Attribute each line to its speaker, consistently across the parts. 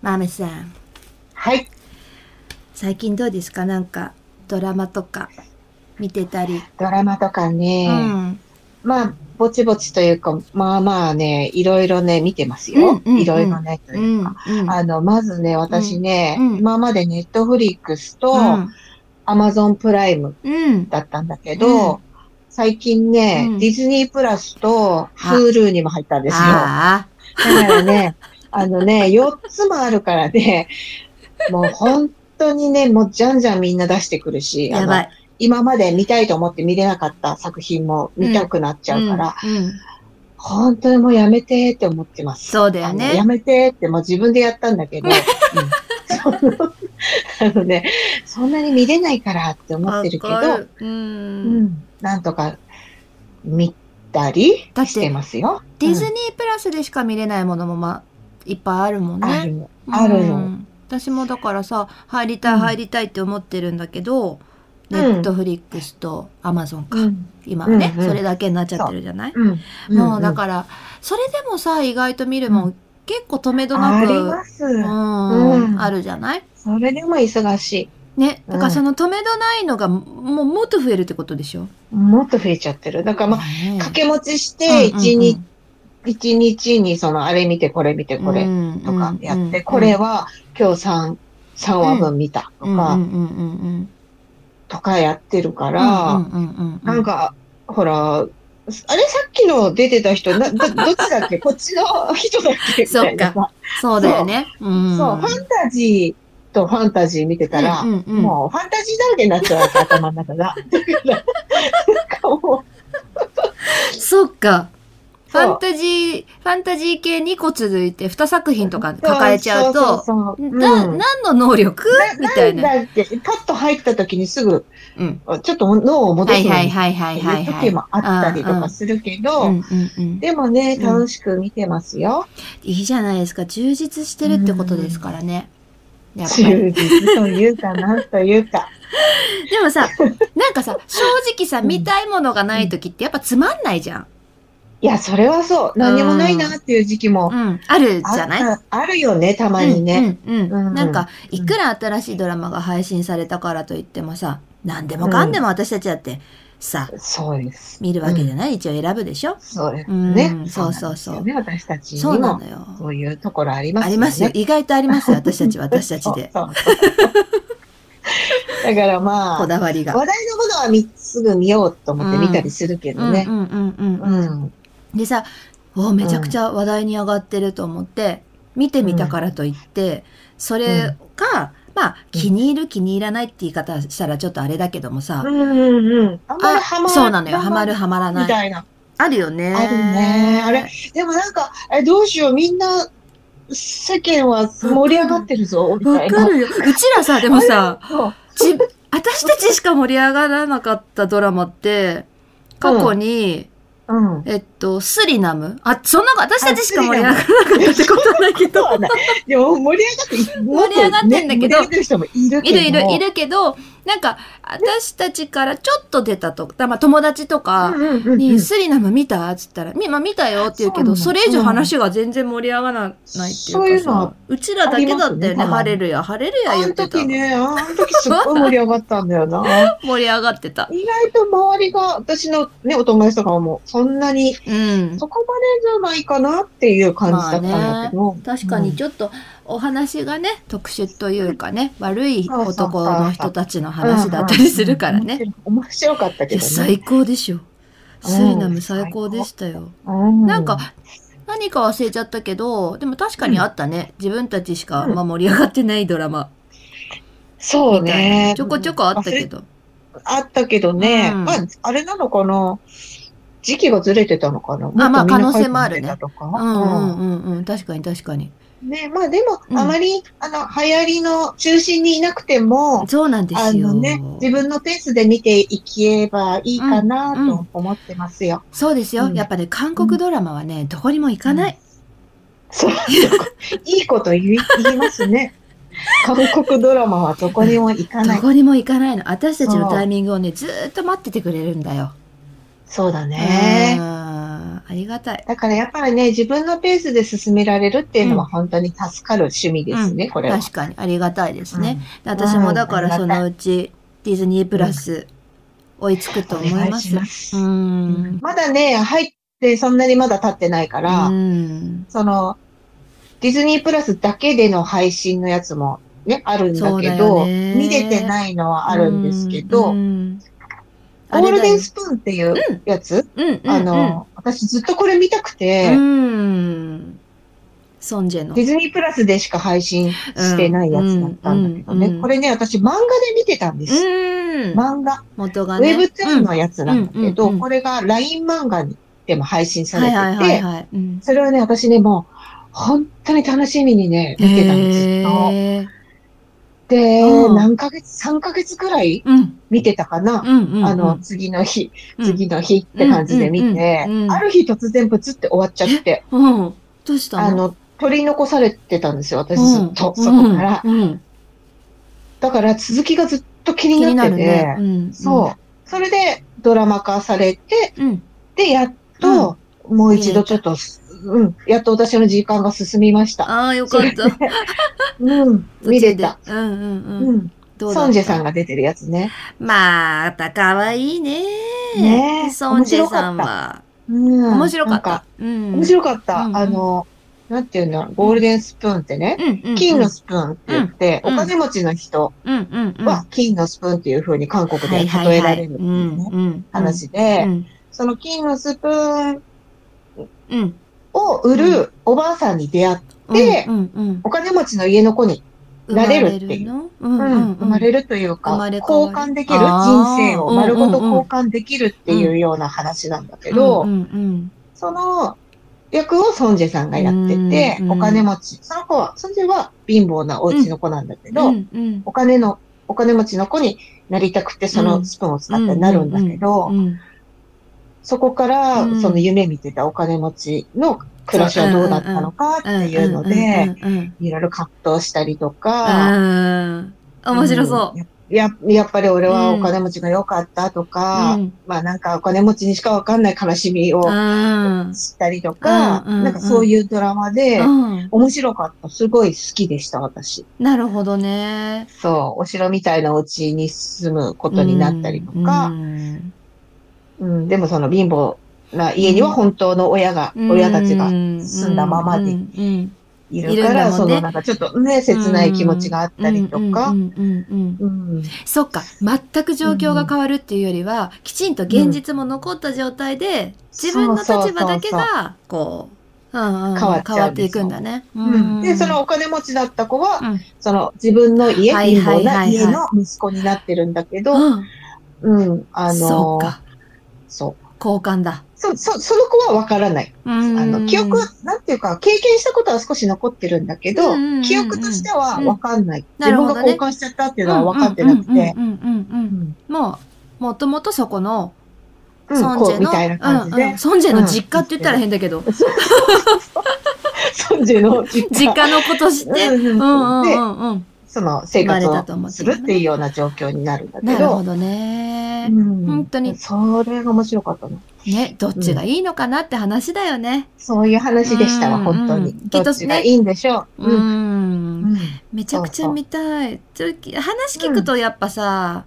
Speaker 1: マメさん、
Speaker 2: はい。
Speaker 1: 最近どうですかなんか、ドラマとか見てたり。
Speaker 2: ドラマとかね、
Speaker 1: うん。
Speaker 2: まあ、ぼちぼちというか、まあまあね、いろいろね、見てますよ。
Speaker 1: うんうんうん
Speaker 2: いろいろね、と
Speaker 1: う
Speaker 2: い
Speaker 1: ん。
Speaker 2: う
Speaker 1: う
Speaker 2: か。
Speaker 1: ん。
Speaker 2: あの、まずね、私ね、
Speaker 1: うんうん
Speaker 2: 今までネットフリックスとアマゾンプライム
Speaker 1: うん。
Speaker 2: だったんだけど、
Speaker 1: うん
Speaker 2: 最近ね、
Speaker 1: うん
Speaker 2: ディズニープラスと Hulu にも入ったんですよ。だ
Speaker 1: あ
Speaker 2: か らね、あのね、4つもあるからね、もう本当にね、もうじゃんじゃんみんな出してくる
Speaker 1: あ、
Speaker 2: し、
Speaker 1: やばい。
Speaker 2: 今まで見たいと思って見れなかった作品も見たくなっちゃうから、
Speaker 1: うん。うん
Speaker 2: 本当にもうやめてって思ってます。
Speaker 1: そうだよ
Speaker 2: あの
Speaker 1: ね
Speaker 2: や。めてってもう自分でやったんだけど、うんその あのね、そんなに見れないからって思ってるけど、
Speaker 1: わかるう。
Speaker 2: うんん、なんとか見たり
Speaker 1: だって
Speaker 2: してますよ。
Speaker 1: ディズニープラスでしか見れないものも、まあ、いっぱいあるもん
Speaker 2: うんあ
Speaker 1: ね。
Speaker 2: るある
Speaker 1: う
Speaker 2: の。
Speaker 1: ん私もだからさ、入りたい
Speaker 2: うん
Speaker 1: 入りたいって思ってるんだけど、
Speaker 2: う
Speaker 1: ネ
Speaker 2: ん
Speaker 1: ットフリックスとアマゾンか。
Speaker 2: うん
Speaker 1: 今はね、
Speaker 2: うんうん
Speaker 1: それだけになっちゃってるじゃない
Speaker 2: うん
Speaker 1: もうだ
Speaker 2: ら、
Speaker 1: から、それでもさ、意外と見るもん、
Speaker 2: う
Speaker 1: 結構止めどな
Speaker 2: あ
Speaker 1: く、
Speaker 2: ります。
Speaker 1: うん、
Speaker 2: うん
Speaker 1: あるじゃない
Speaker 2: それでも忙しい。
Speaker 1: ね、だから
Speaker 2: うん
Speaker 1: その止めどないのが、もうもっと増えるってことでしょ
Speaker 2: もっと増えちゃってる。だからまあ、
Speaker 1: ね
Speaker 2: 掛け持ちして、一日一日にそのあれ見てこれ見てこれとかやって、これは今日3、3話分見たと
Speaker 1: うんう
Speaker 2: か、
Speaker 1: んうんうんうん
Speaker 2: とかやってるか
Speaker 1: う
Speaker 2: ら
Speaker 1: ん、うんうんうん、
Speaker 2: なんか、ほら、あれさっきの出てた人、などどっち だっけこっちの人だっけみたいなさ。
Speaker 1: そうだよね。そう、
Speaker 2: そう、
Speaker 1: ん、
Speaker 2: ファンタジーとファンタジー見てたら
Speaker 1: うん、うんうん、
Speaker 2: もうファンタジーだらけになっちゃうわけ、頭の中が。だから、なんかも
Speaker 1: そっか。
Speaker 2: う、
Speaker 1: ファン
Speaker 2: そう
Speaker 1: タジー、ファンタジー系2個続いて2作品とか抱えちゃうと、
Speaker 2: そうそうそう
Speaker 1: な
Speaker 2: うん
Speaker 1: 何の能力みたいな。
Speaker 2: だって、パッと入った時にすぐ、
Speaker 1: うん
Speaker 2: ちょっと脳を戻
Speaker 1: は
Speaker 2: す
Speaker 1: い
Speaker 2: の
Speaker 1: はい
Speaker 2: にっ
Speaker 1: はいは
Speaker 2: て
Speaker 1: いはいいうは
Speaker 2: 時
Speaker 1: い。
Speaker 2: もあったりとかするけど、
Speaker 1: うんうんうん、
Speaker 2: でもね、
Speaker 1: うん
Speaker 2: 楽しく見てますよ。
Speaker 1: いいじゃないですか充実してるってことですからね。やっぱり。
Speaker 2: 充実というか、なんという か。
Speaker 1: でもさなんかさ正直さ
Speaker 2: うん
Speaker 1: 見たいものがない時ってやっぱつまんないじゃん。
Speaker 2: いや、それはそう。何にもないなっていう時期も
Speaker 1: うん、あるじ
Speaker 2: あ
Speaker 1: ゃ
Speaker 2: っ
Speaker 1: ない
Speaker 2: たあるよね、たまにね。
Speaker 1: うんうんうん
Speaker 2: うん
Speaker 1: なんかいくら新しいドラマが配信されたからといってもさ何でもかんでも私たちだってさ
Speaker 2: そうです。
Speaker 1: 見るわけじ
Speaker 2: う
Speaker 1: ゃ
Speaker 2: ん
Speaker 1: ない、一応選ぶでしょ
Speaker 2: そうです
Speaker 1: うん
Speaker 2: ね。
Speaker 1: そうそうそう
Speaker 2: なんですよね、私たち
Speaker 1: そう
Speaker 2: に
Speaker 1: な
Speaker 2: も
Speaker 1: のよ。
Speaker 2: そういうところあります
Speaker 1: あ
Speaker 2: よね。
Speaker 1: りますよ。意外とありますよ。私た ち、私たちで。
Speaker 2: そうそうそう。 だからまあ
Speaker 1: こ、だわりが。
Speaker 2: 話題のものはみすぐ見ようと思って見たりするけ
Speaker 1: うん
Speaker 2: ど
Speaker 1: うん
Speaker 2: ね。
Speaker 1: うん
Speaker 2: う
Speaker 1: うん
Speaker 2: ん。
Speaker 1: でさ、おめちゃくちゃ話題に上がってると思って、見てみたからといって、それが、まあ、気に入る気に入らないって言い方したらちょっとあれだけども
Speaker 2: う
Speaker 1: さ、
Speaker 2: んうんうん。あんまりハマ
Speaker 1: あ
Speaker 2: る。
Speaker 1: そうなのよ。ハマる。ハマら
Speaker 2: み
Speaker 1: ない。
Speaker 2: たいな。
Speaker 1: あるよね。
Speaker 2: あるねあれでもなんか、え、どうしよう。みんな、世間は盛り上がってるぞ、み
Speaker 1: わ
Speaker 2: たい
Speaker 1: か
Speaker 2: な。
Speaker 1: るよ。うちらさ、でもさ、
Speaker 2: そう
Speaker 1: じ、私たちしか盛り上がらなかったドラマって、過去に、
Speaker 2: うん。
Speaker 1: えっと、スリナムあ、そんなこと、私たちしか盛り上がらなかったってことだけ
Speaker 2: そう
Speaker 1: ど、
Speaker 2: はない。でも盛り上がって、もっと
Speaker 1: 盛り上がってんだけど
Speaker 2: ね盛り上がってる人もいるけ
Speaker 1: い
Speaker 2: ど。
Speaker 1: るいる、い。るけど、なんか、私たちからちょっと出たと、だまあ友達と
Speaker 2: うん
Speaker 1: か
Speaker 2: うんうんう
Speaker 1: に、
Speaker 2: ん。
Speaker 1: スリナム見たっつったら、み、まあ見たよって言うけど、そ
Speaker 2: そうなの
Speaker 1: れ以上話が全然盛り上がらないって
Speaker 2: そう
Speaker 1: い
Speaker 2: いううの
Speaker 1: かさ
Speaker 2: は、
Speaker 1: うちらだけだったよ
Speaker 2: あり
Speaker 1: ね、
Speaker 2: ますね
Speaker 1: ハレルヤ、ハレルヤ
Speaker 2: あ
Speaker 1: 言って
Speaker 2: の
Speaker 1: た
Speaker 2: 時
Speaker 1: の。
Speaker 2: ね、あの時すっごい盛り上がったんだよな。
Speaker 1: 盛り上がってた。
Speaker 2: 意外と周りが、私のね、お友達とかも、そんなに
Speaker 1: うん。
Speaker 2: そこまでじゃないかなっていう感じだったんだけど。
Speaker 1: 確かにちょっとお話がね、特殊というかね、悪い男の人たちの話だったりするからね。。
Speaker 2: 面白かった
Speaker 1: い
Speaker 2: け
Speaker 1: や
Speaker 2: どね。
Speaker 1: 最高でしょ。スリナム最高でしたよ。な
Speaker 2: なん
Speaker 1: か、何か忘れちゃったけど、でも確かにあったね。自分たちしか、まあ、盛り上がってないドラマ
Speaker 2: そう
Speaker 1: みたいな、
Speaker 2: ね。
Speaker 1: ちょこちょこあったけど。
Speaker 2: あったけどね、
Speaker 1: うん
Speaker 2: まあ、あれなのかな時期がずれてたのかな
Speaker 1: まあ
Speaker 2: もっとみんな
Speaker 1: 可能性もあるね
Speaker 2: 帰ってきてたとか
Speaker 1: うんうんうんうん。確かに確かに。
Speaker 2: うんね、まあでも、
Speaker 1: うん
Speaker 2: あまり、あの、流行りの中心にいなくても、
Speaker 1: そうなんで
Speaker 2: あ
Speaker 1: すよ。
Speaker 2: のね、自分のペースで見ていけばいいかな
Speaker 1: うんうん
Speaker 2: と思ってますよ。
Speaker 1: そうですよ。
Speaker 2: うん
Speaker 1: やっぱね、韓国ドラマはね、どこにも行かない。
Speaker 2: そう、いいこと言い言いま すね。韓国ドラマはどこにも行かな
Speaker 1: ど
Speaker 2: い。
Speaker 1: こにも行かないの。私たちのタイミングをね、ずーっと待っててくれるんだよ。
Speaker 2: そうだ
Speaker 1: え
Speaker 2: ね。
Speaker 1: あありがたい。
Speaker 2: だからやっぱりね、自分のペースで進められるっていうのは本当に助かる趣味ですね、
Speaker 1: うん
Speaker 2: これは。
Speaker 1: 確かに、ありがたいですね。で私もだからそのうち、ディズニープラス、追いつくと思
Speaker 2: お願
Speaker 1: い
Speaker 2: い
Speaker 1: ま
Speaker 2: し
Speaker 1: す。
Speaker 2: ます。
Speaker 1: うん。
Speaker 2: まだね、入ってそんなにまだ経ってないから、
Speaker 1: うん
Speaker 2: その、ディズニープラスだけでの配信のやつもね、あるんだけ
Speaker 1: そうだ
Speaker 2: ど、
Speaker 1: よね
Speaker 2: 見れてないのはあるんですけど、
Speaker 1: うんうん
Speaker 2: ゴールデンスプーンっていうやつ、
Speaker 1: あれだようんうん
Speaker 2: あの、私ずっとこれ見たくて、
Speaker 1: うんうんソンジェの
Speaker 2: ディズニープラスでしか配信してないやつだったんだけどね。
Speaker 1: うんうん
Speaker 2: これね、私漫画で見てたんです。
Speaker 1: うん
Speaker 2: 漫画。
Speaker 1: 元
Speaker 2: ウ
Speaker 1: がね
Speaker 2: ェブトゥーンのやつなんだけど、
Speaker 1: うんうんうん
Speaker 2: これが LINE 漫画にでも配信されてて、
Speaker 1: はいはいはいはいうん
Speaker 2: それはね、私ね、もう、本当に楽しみにね、見てたんですよ。
Speaker 1: へー
Speaker 2: で、
Speaker 1: うん
Speaker 2: 何ヶ月、3ヶ月くらい
Speaker 1: うん
Speaker 2: 見てたかな。
Speaker 1: うんうんうん
Speaker 2: あの、次の日、
Speaker 1: うん
Speaker 2: 次の日って感じで見て、
Speaker 1: うんうんうんうん
Speaker 2: ある日突然プツって終わっちゃって、
Speaker 1: うんどうしたの
Speaker 2: あの、取り残されてたんですよ、私
Speaker 1: うん
Speaker 2: ずっと、そこから。
Speaker 1: うんうん
Speaker 2: だから続きがずっと気に
Speaker 1: 気に
Speaker 2: な
Speaker 1: な
Speaker 2: っ
Speaker 1: る
Speaker 2: てて、
Speaker 1: ねうん
Speaker 2: そう。それでドラマ化されて、
Speaker 1: うんうん
Speaker 2: で、やっと、もう一度ちょっと、うん、やっと私の時間が進みました。
Speaker 1: ああよか った
Speaker 2: うん、見れた。
Speaker 1: 途中でうんうん
Speaker 2: う
Speaker 1: うん
Speaker 2: ん、
Speaker 1: どうだった
Speaker 2: ソンジェさんが出てるやつね。
Speaker 1: また可愛いね
Speaker 2: ねえ
Speaker 1: ソンジェさんは
Speaker 2: うん、
Speaker 1: 面白かっ
Speaker 2: なん
Speaker 1: たうん
Speaker 2: 面白かった。
Speaker 1: うん
Speaker 2: あの、なんていうんだろう、ゴールデンスプーンってね、
Speaker 1: うんうん
Speaker 2: 金のスプーンって言って、
Speaker 1: うん
Speaker 2: お金持ちの人
Speaker 1: うんうんうん
Speaker 2: は金のスプーンっていう風に韓国で
Speaker 1: はいはい
Speaker 2: 例えら
Speaker 1: はい
Speaker 2: れるって
Speaker 1: う
Speaker 2: いうんね
Speaker 1: うん
Speaker 2: 話
Speaker 1: う
Speaker 2: で、
Speaker 1: ん
Speaker 2: その金のスプーン
Speaker 1: うん
Speaker 2: を売るおばあさんに出会って、で
Speaker 1: うんうん
Speaker 2: お金持ちの家の子に、
Speaker 1: うん
Speaker 2: なれるっていう
Speaker 1: 生まれるのうんうん
Speaker 2: う
Speaker 1: ん
Speaker 2: 生まれるというか、
Speaker 1: 生まれ変わ
Speaker 2: 交
Speaker 1: る
Speaker 2: 換できる人
Speaker 1: あー
Speaker 2: 生を丸ごと
Speaker 1: うんうん
Speaker 2: 交
Speaker 1: うん
Speaker 2: 換できるっていうような話なんだけど、
Speaker 1: うんうん
Speaker 2: その役をソンジェさんがやってて、
Speaker 1: うんうん
Speaker 2: お金持ち、その子は、ソンジェは貧乏なお家の子なんだけ
Speaker 1: うんう
Speaker 2: ど、
Speaker 1: んうん
Speaker 2: お金の、お金持ちの子になりたくて、そのスプーンを使ってなるんだけど、
Speaker 1: うん
Speaker 2: そこから
Speaker 1: う、ん
Speaker 2: その夢見てたお金持ちの暮らしはどうだったのかっていうので、
Speaker 1: うんうんうん
Speaker 2: いろいろ葛藤したりとか、
Speaker 1: うん面白そう
Speaker 2: うん。ややっぱり俺はお金持ちが良かったとか、
Speaker 1: うん
Speaker 2: まあなんかお金持ちにしかわかんない悲しみを
Speaker 1: うん
Speaker 2: 知ったりとか、
Speaker 1: うんうんうん
Speaker 2: なんかそういうドラマで、
Speaker 1: うん
Speaker 2: 面白かった。すごい好きでした、私。
Speaker 1: なるほどね。
Speaker 2: そう、お城みたいなお家に住むことになったりと
Speaker 1: う
Speaker 2: か、
Speaker 1: ん
Speaker 2: うんでもその貧乏な家には本当の親が、
Speaker 1: うん
Speaker 2: 親たちが住んだままで
Speaker 1: うんうん
Speaker 2: いる
Speaker 1: いる
Speaker 2: か
Speaker 1: ん
Speaker 2: ら、
Speaker 1: だも
Speaker 2: そ
Speaker 1: んね
Speaker 2: のなんかちょっとね、切ない気持ちがあったりとか
Speaker 1: う、んうんうんうん
Speaker 2: うん
Speaker 1: そっか全く状況が変わるっていうよりは、きちんと現実も残った状態で、自分の立場だけがこう、うんうん、
Speaker 2: 変わっちゃうんですよ
Speaker 1: 変わっていくんだね。
Speaker 2: うんで、そのお金持ちだった子は、その自分の家、
Speaker 1: はい
Speaker 2: 貧
Speaker 1: は
Speaker 2: 乏
Speaker 1: い
Speaker 2: な
Speaker 1: はいはい
Speaker 2: 家の息子になってるんだけど、
Speaker 1: うん、
Speaker 2: うん、あ
Speaker 1: そ
Speaker 2: の
Speaker 1: っ、か
Speaker 2: そう。
Speaker 1: 交換だ。
Speaker 2: そ、そ、その子はわからない。
Speaker 1: あ
Speaker 2: あの、記憶、なんていうか、経験したことは少し残ってるんだけ
Speaker 1: うん
Speaker 2: ど
Speaker 1: うんうんう、ん
Speaker 2: 記憶としてはわかんない。
Speaker 1: なる
Speaker 2: 自分
Speaker 1: ほ
Speaker 2: が
Speaker 1: どね
Speaker 2: 交換しちゃったっていうのは分かってなくて、
Speaker 1: うんうんうんうんうんうん
Speaker 2: うん
Speaker 1: もうもともとそこの
Speaker 2: うん、
Speaker 1: 孫
Speaker 2: こ
Speaker 1: ジェ
Speaker 2: う、み
Speaker 1: の
Speaker 2: たいな感じ
Speaker 1: うんう
Speaker 2: で
Speaker 1: ん、。孫ジェの実家って言ったら変だけど、
Speaker 2: ソンジェの実
Speaker 1: 実
Speaker 2: 家
Speaker 1: 家のことして、
Speaker 2: うんうん
Speaker 1: うんうん
Speaker 2: で
Speaker 1: うんうん、
Speaker 2: その生活
Speaker 1: 生まれたと思
Speaker 2: を
Speaker 1: ってね
Speaker 2: するっていうような状況になるんだけ
Speaker 1: なるほ
Speaker 2: ど、
Speaker 1: どね。
Speaker 2: うん
Speaker 1: 本当に
Speaker 2: それが面白かったな。
Speaker 1: ね、どっちがいいのかなって話だよね。
Speaker 2: そういう話でしたわ、
Speaker 1: うん
Speaker 2: 本当に
Speaker 1: うん。きっとね
Speaker 2: どっちがいいんでしょう。
Speaker 1: う
Speaker 2: うん
Speaker 1: ん。
Speaker 2: うん
Speaker 1: めちゃくちゃ見たい。ちょっと話聞くとやっぱさ、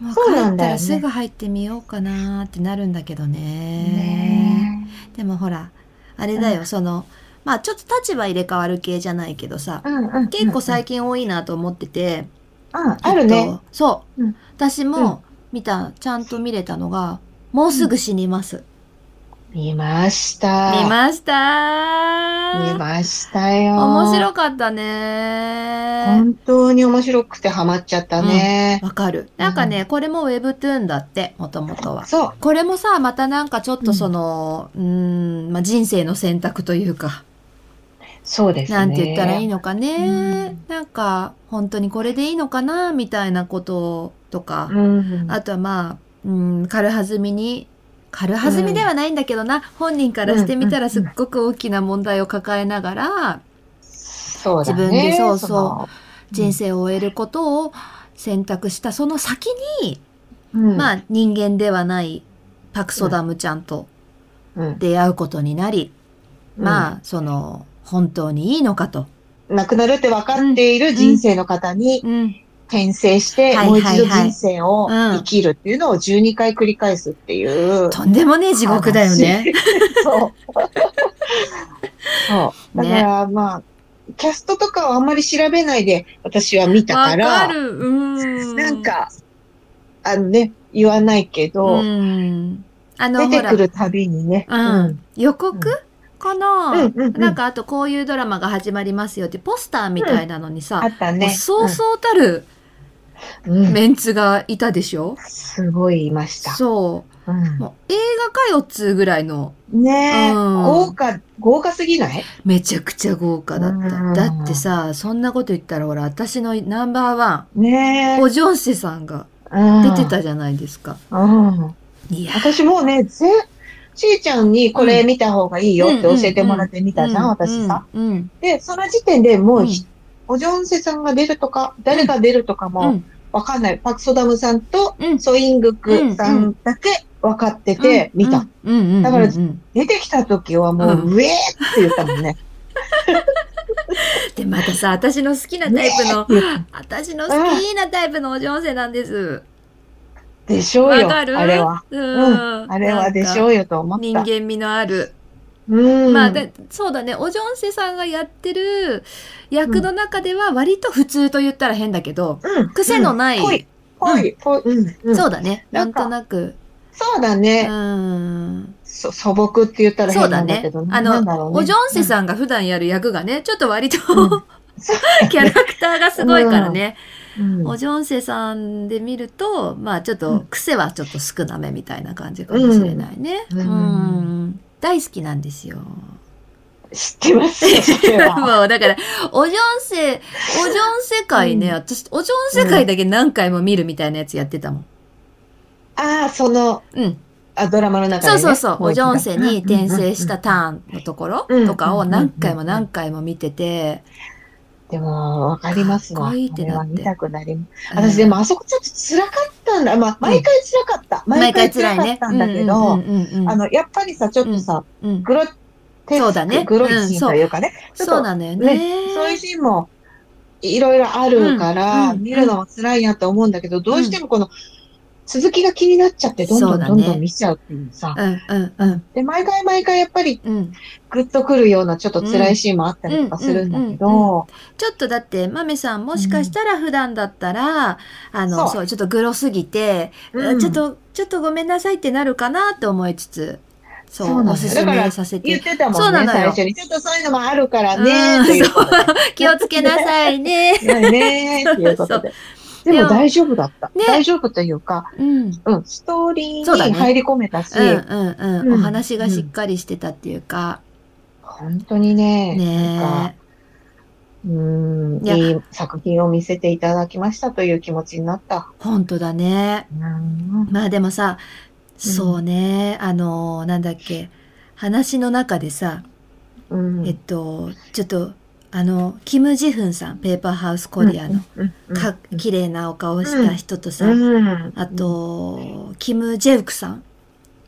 Speaker 1: もう
Speaker 2: そうな
Speaker 1: 帰
Speaker 2: ん
Speaker 1: っ
Speaker 2: だ
Speaker 1: た
Speaker 2: よね
Speaker 1: らすぐ入ってみようかなってなるんだけどね。
Speaker 2: ね
Speaker 1: でもほら、あれだよ、
Speaker 2: うん
Speaker 1: その、まあちょっと立場入れ替わる系じゃないけどさ
Speaker 2: え、うんうん
Speaker 1: 結構最近多いなと思ってて、
Speaker 2: うん、ある
Speaker 1: えっ
Speaker 2: ね。
Speaker 1: と。そう。
Speaker 2: うん
Speaker 1: 私も見た、ちゃんと見れたのが、もうすぐ死にます。
Speaker 2: 見ました。
Speaker 1: 見ました
Speaker 2: 見ましたよ。
Speaker 1: 面白かったね。
Speaker 2: 本当に面白くてハマっちゃったね。
Speaker 1: わかる。なんかね、これも Webtoon だって、もともとは。
Speaker 2: そう。
Speaker 1: これもさ、またなんかちょっとその、うーん、んまあ、人生の選択というか、
Speaker 2: そうですね。
Speaker 1: なんて言ったらいい
Speaker 2: の
Speaker 1: のか
Speaker 2: う
Speaker 1: ね
Speaker 2: ん。
Speaker 1: なんか、本当にこれでいいのかな、みたいなこととか、
Speaker 2: うん。
Speaker 1: あとはまあ、うん、軽はずみに、軽はずみではないんだけどな、本人からしてみたらすっごく大きな問題を抱えながら、
Speaker 2: そうだね。
Speaker 1: 自分でそうそう
Speaker 2: そ
Speaker 1: 人生を終えることを選択したその先に、
Speaker 2: の。うん、
Speaker 1: まあ人間ではないパクソダムちゃんと
Speaker 2: うん。
Speaker 1: 出会うことになり、まあ、その、本当にいいのかと。
Speaker 2: 亡くなるって分かっている人生の方に
Speaker 1: うん。
Speaker 2: 転生して、
Speaker 1: はい
Speaker 2: もう一度
Speaker 1: はいはい
Speaker 2: 人生を生きるっていうのを12回繰り返すっていう。
Speaker 1: とんでもねえ地獄だよね。
Speaker 2: そう。 そう。だから、まあ、キャストとかはあんまり調べないで私は見た
Speaker 1: わ
Speaker 2: か、
Speaker 1: からる。うん。
Speaker 2: なん、か、あのね、言わないけ
Speaker 1: う
Speaker 2: ど、
Speaker 1: ん。あの、
Speaker 2: 出
Speaker 1: ほ
Speaker 2: て
Speaker 1: ら
Speaker 2: く、るたびにね、
Speaker 1: うん。予告か
Speaker 2: う
Speaker 1: なん
Speaker 2: うんうん
Speaker 1: なんか、あと、こういうドラマが始まりますよって、ポスターみたいなのに
Speaker 2: あ
Speaker 1: さ、
Speaker 2: った
Speaker 1: もう
Speaker 2: ね。
Speaker 1: そうそうたる
Speaker 2: うん、うん
Speaker 1: メンツがいたでしょ
Speaker 2: すごいいました。
Speaker 1: そうう。
Speaker 2: ん
Speaker 1: もう映画かよっつうぐらいの、
Speaker 2: ねえ、
Speaker 1: うん
Speaker 2: 豪華、豪華すぎない
Speaker 1: めちゃくちゃ豪華だった。
Speaker 2: うん
Speaker 1: だってさ、そんなこと言ったら、ほら、私のナンバーワン、
Speaker 2: ねえ。
Speaker 1: おジョンセさんが出て
Speaker 2: 出
Speaker 1: たじゃないですか。
Speaker 2: うん。
Speaker 1: いや、
Speaker 2: 私も うね、ぜ、ちーちゃんにこれ見た方がいいよって教えてもらって見たじゃん、私さ。
Speaker 1: うん。うん。
Speaker 2: で、その時点でもう
Speaker 1: うん
Speaker 2: ひ、おじょんせさんが出るとか、誰が出るとか
Speaker 1: う
Speaker 2: も
Speaker 1: ん
Speaker 2: わかんない。パクソダムさんと
Speaker 1: うん
Speaker 2: ソイングクさんだけ分かってて見た。。
Speaker 1: うんうんうん。
Speaker 2: だから
Speaker 1: うんうん
Speaker 2: 出てきた時はもう、
Speaker 1: う
Speaker 2: ウェーって言ったも んね。
Speaker 1: で、またさ、私の好きなタイプの、私の好きなタイプのお嬢生なんです。
Speaker 2: でしょう
Speaker 1: わ
Speaker 2: よ、
Speaker 1: か
Speaker 2: あ
Speaker 1: る
Speaker 2: れは。。
Speaker 1: うん。
Speaker 2: あれはでし
Speaker 1: う
Speaker 2: ょうよと思っ
Speaker 1: 人
Speaker 2: た。
Speaker 1: 間味のある。
Speaker 2: うん。
Speaker 1: まあ、でそうだね。お嬢生さんがやってる役の中では割と普通と言ったら変だけど、
Speaker 2: うん、
Speaker 1: 癖のない
Speaker 2: うん濃い、濃い、濃い。うんうん
Speaker 1: そうだね。な
Speaker 2: なんんか
Speaker 1: となく。
Speaker 2: そうだ
Speaker 1: う
Speaker 2: ね。
Speaker 1: ん。
Speaker 2: そ素朴って言ったら
Speaker 1: そう
Speaker 2: 変
Speaker 1: だ
Speaker 2: なんだ
Speaker 1: ね
Speaker 2: けど、。
Speaker 1: あ
Speaker 2: なんだろ
Speaker 1: の、
Speaker 2: うね
Speaker 1: おジョンセさんが普段やる役がね、ちょっと割と、
Speaker 2: うん
Speaker 1: キャラクターがすごいからね。
Speaker 2: うん
Speaker 1: おジョンセさんで見ると、まあちょっ
Speaker 2: う
Speaker 1: と
Speaker 2: ん
Speaker 1: 癖はちょっと少なめみたいな感じかもしれないね。う
Speaker 2: うん
Speaker 1: ん。大好きなんですよ。も
Speaker 2: 知ってますよ、それ は。
Speaker 1: うだから、おジョンセ、おジョン世界ね、
Speaker 2: うん
Speaker 1: 私、おジョン世界だけ何回も見るみたいなやつやってたもん。
Speaker 2: ああ、その、
Speaker 1: うん。
Speaker 2: あドラマの中で、
Speaker 1: そう
Speaker 2: ね。
Speaker 1: そうそう。おジョンセに転生し
Speaker 2: うんうんうんう
Speaker 1: た
Speaker 2: ん。
Speaker 1: ターンのところ
Speaker 2: うん
Speaker 1: とかを何回も
Speaker 2: うんうんうん
Speaker 1: 何回も見てて。
Speaker 2: でも、わかりますわ。
Speaker 1: かっこいいって
Speaker 2: これ
Speaker 1: な
Speaker 2: は
Speaker 1: って
Speaker 2: 見たくなります。
Speaker 1: うん
Speaker 2: 私、でも、あそこちょっと辛かったんだ。まあ、毎回辛かった。
Speaker 1: 毎回辛い
Speaker 2: か
Speaker 1: ね。
Speaker 2: ったんだけど、
Speaker 1: うんうんうんうん
Speaker 2: あの、やっぱりさ、ちょっとさ、
Speaker 1: うん
Speaker 2: グロテ
Speaker 1: そう
Speaker 2: ス
Speaker 1: だね
Speaker 2: ク、グロいシーンというかね、ちょっと
Speaker 1: そうなのよね。
Speaker 2: そういうシーンも、いろいろあるから、
Speaker 1: うんうん
Speaker 2: 見るのも辛いなと思うんだけど、どうしてもこの、続きが気になっちゃって、どん
Speaker 1: そ
Speaker 2: ど
Speaker 1: うんだ
Speaker 2: ど
Speaker 1: ね
Speaker 2: んどん見ちゃうっていうさ。
Speaker 1: うんうんうん
Speaker 2: で、毎回毎回やっぱり
Speaker 1: うん。
Speaker 2: グッとくるようなちょっと辛いシーンもあったりとかするんだけど、
Speaker 1: ちょっとだって、まめさんもしかしたら普段だったら、あの、
Speaker 2: そう
Speaker 1: そう、ちょっとグロすぎて、
Speaker 2: うん
Speaker 1: ちょっと、ちょっとごめんなさいってなるかなと思いつつ、そう、
Speaker 2: そうなの
Speaker 1: おすす
Speaker 2: だか
Speaker 1: め
Speaker 2: ら
Speaker 1: させて
Speaker 2: 言っ。てたも
Speaker 1: そうんな
Speaker 2: ね、
Speaker 1: の
Speaker 2: 最
Speaker 1: よ
Speaker 2: 初に。ちょっとそういうのもあるから
Speaker 1: うん
Speaker 2: ね、ということで。
Speaker 1: 気をつけなさいね。
Speaker 2: ねっていうことで。
Speaker 1: そう
Speaker 2: でも大丈夫だった。
Speaker 1: ね
Speaker 2: 大丈夫というか、
Speaker 1: うん。うん
Speaker 2: うん、ストーリ
Speaker 1: そうだ
Speaker 2: ー
Speaker 1: ね
Speaker 2: に入り込めたし、
Speaker 1: うんうん。
Speaker 2: うん
Speaker 1: お話がしっかりしてたっていうか、
Speaker 2: 本当にね、な
Speaker 1: ね
Speaker 2: んか、うん、
Speaker 1: いや
Speaker 2: いい作品を見せていただきましたという気持ちになった。
Speaker 1: 本当だね。
Speaker 2: うん
Speaker 1: まあでもさ、そうね、あの、なんだっけ、話の中でさ、
Speaker 2: うん
Speaker 1: えっと、ちょっと、あの、キム・ジフンさん、ペーパーハウスコリアの、
Speaker 2: うんうん
Speaker 1: か、綺麗なお顔した人とさ、
Speaker 2: うん
Speaker 1: あ、と、キム・ジェウクさん。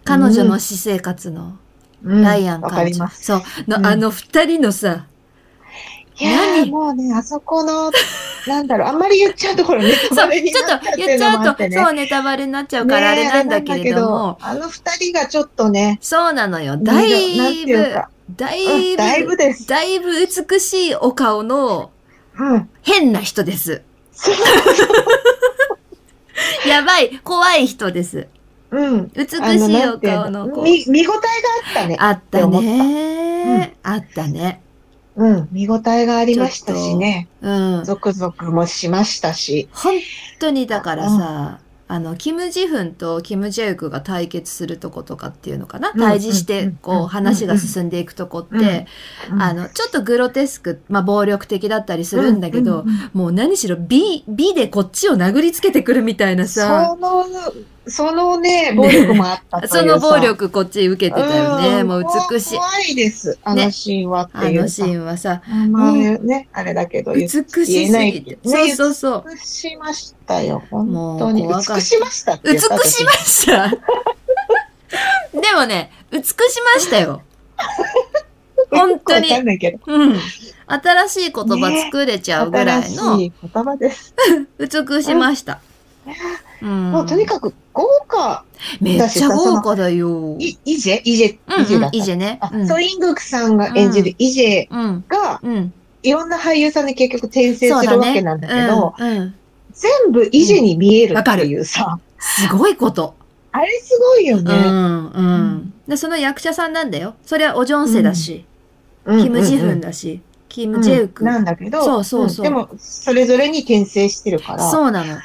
Speaker 1: 彼女の私生活の、
Speaker 2: うん
Speaker 1: ライアン
Speaker 2: わか
Speaker 1: 館
Speaker 2: り
Speaker 1: 長。
Speaker 2: ます。
Speaker 1: そう、の、
Speaker 2: うん
Speaker 1: あの二人のさ、
Speaker 2: いやー
Speaker 1: 何
Speaker 2: もうね、あそこの、 なんだろう、あんまり言っちゃうところね、
Speaker 1: そう、
Speaker 2: ネ
Speaker 1: ちょ
Speaker 2: タ
Speaker 1: っ
Speaker 2: バ
Speaker 1: と
Speaker 2: レに
Speaker 1: 言っち
Speaker 2: な
Speaker 1: ゃ
Speaker 2: っちゃ
Speaker 1: う
Speaker 2: っ
Speaker 1: と、
Speaker 2: ていうのもあってね
Speaker 1: そう、ネタバレになっちゃうからあれなんだけれども、
Speaker 2: あの二人がちょっとね、
Speaker 1: そうなのよ。だ
Speaker 2: なん
Speaker 1: い
Speaker 2: ていう
Speaker 1: ぶ、
Speaker 2: か
Speaker 1: だ
Speaker 2: う
Speaker 1: い
Speaker 2: んだい
Speaker 1: ぶ
Speaker 2: ぶ、です。
Speaker 1: だいぶ美しいお顔の
Speaker 2: うん。
Speaker 1: 変な人です。
Speaker 2: そう
Speaker 1: やばい、怖い人です。
Speaker 2: うん。
Speaker 1: 美し
Speaker 2: あ
Speaker 1: い
Speaker 2: のな
Speaker 1: お
Speaker 2: んていう
Speaker 1: 顔の子。
Speaker 2: み見応えがあったね。
Speaker 1: あった
Speaker 2: 思
Speaker 1: ね、あったね。
Speaker 2: うん。見応えがありましたしね。
Speaker 1: うん。
Speaker 2: ゾクゾクもしましたし。
Speaker 1: 本当にだからさ、あの、キム・ジフンとキム・ジェウクが対決するとことかっていうのかな、
Speaker 2: うん
Speaker 1: 対峙し
Speaker 2: うん
Speaker 1: て
Speaker 2: うん、
Speaker 1: こう、話が進んでいくとこって、
Speaker 2: うん
Speaker 1: あ、の、ちょっとグロテスク、まあ、暴力的だったりするんだけど、
Speaker 2: ううん
Speaker 1: もう何しろ美、美でこっちを殴りつけてくるみたいなさ
Speaker 2: そ、の、そのね、暴力もあったという
Speaker 1: そ
Speaker 2: さ
Speaker 1: の暴力こっち受けてたよね。
Speaker 2: ん
Speaker 1: もう美しい。
Speaker 2: 怖いです。あのシーンはって
Speaker 1: あ
Speaker 2: いう
Speaker 1: の
Speaker 2: さ。
Speaker 1: シーンはさ、
Speaker 2: まあ
Speaker 1: う
Speaker 2: ね、あれだけど、
Speaker 1: 美しす
Speaker 2: 言えな
Speaker 1: ぎ
Speaker 2: い
Speaker 1: て
Speaker 2: け。ど
Speaker 1: そう
Speaker 2: ね
Speaker 1: そうそう。
Speaker 2: 美しましたよ、本当
Speaker 1: も
Speaker 2: に。
Speaker 1: う怖かった
Speaker 2: 美しましたって
Speaker 1: 美
Speaker 2: 言った
Speaker 1: しました。でもね、美しました よ。本当に
Speaker 2: よくわかんないけど。
Speaker 1: うん。新しい言葉作れちゃうぐら
Speaker 2: 新
Speaker 1: いの
Speaker 2: しい言葉です。
Speaker 1: 美しました。うん。
Speaker 2: もうとにかく豪華。
Speaker 1: めっちゃ豪華だよ。
Speaker 2: い、イジェイジェ、イジェだっ
Speaker 1: いいじ
Speaker 2: た。
Speaker 1: ゃね。
Speaker 2: あ、ソイングクさんが演じるイジェ
Speaker 1: うん。
Speaker 2: が、
Speaker 1: うん。
Speaker 2: いろんな俳優さんに結局転生
Speaker 1: そう
Speaker 2: す
Speaker 1: だ
Speaker 2: るわ
Speaker 1: ね。
Speaker 2: けなんだけど、
Speaker 1: うんうん。
Speaker 2: 全部イジェに見えるっていうさ、
Speaker 1: すごいこと。
Speaker 2: あれすごいよ
Speaker 1: うん。
Speaker 2: ね。
Speaker 1: うん。で、その役者さんなんだよ。それはおジョンセだし、
Speaker 2: うん
Speaker 1: キム・ジフン
Speaker 2: だ。
Speaker 1: だし、キム・ジェウ
Speaker 2: う
Speaker 1: ク
Speaker 2: ん。なんだけど、
Speaker 1: そうそうそうん
Speaker 2: でも、それぞれに転生してるから、
Speaker 1: そうなの。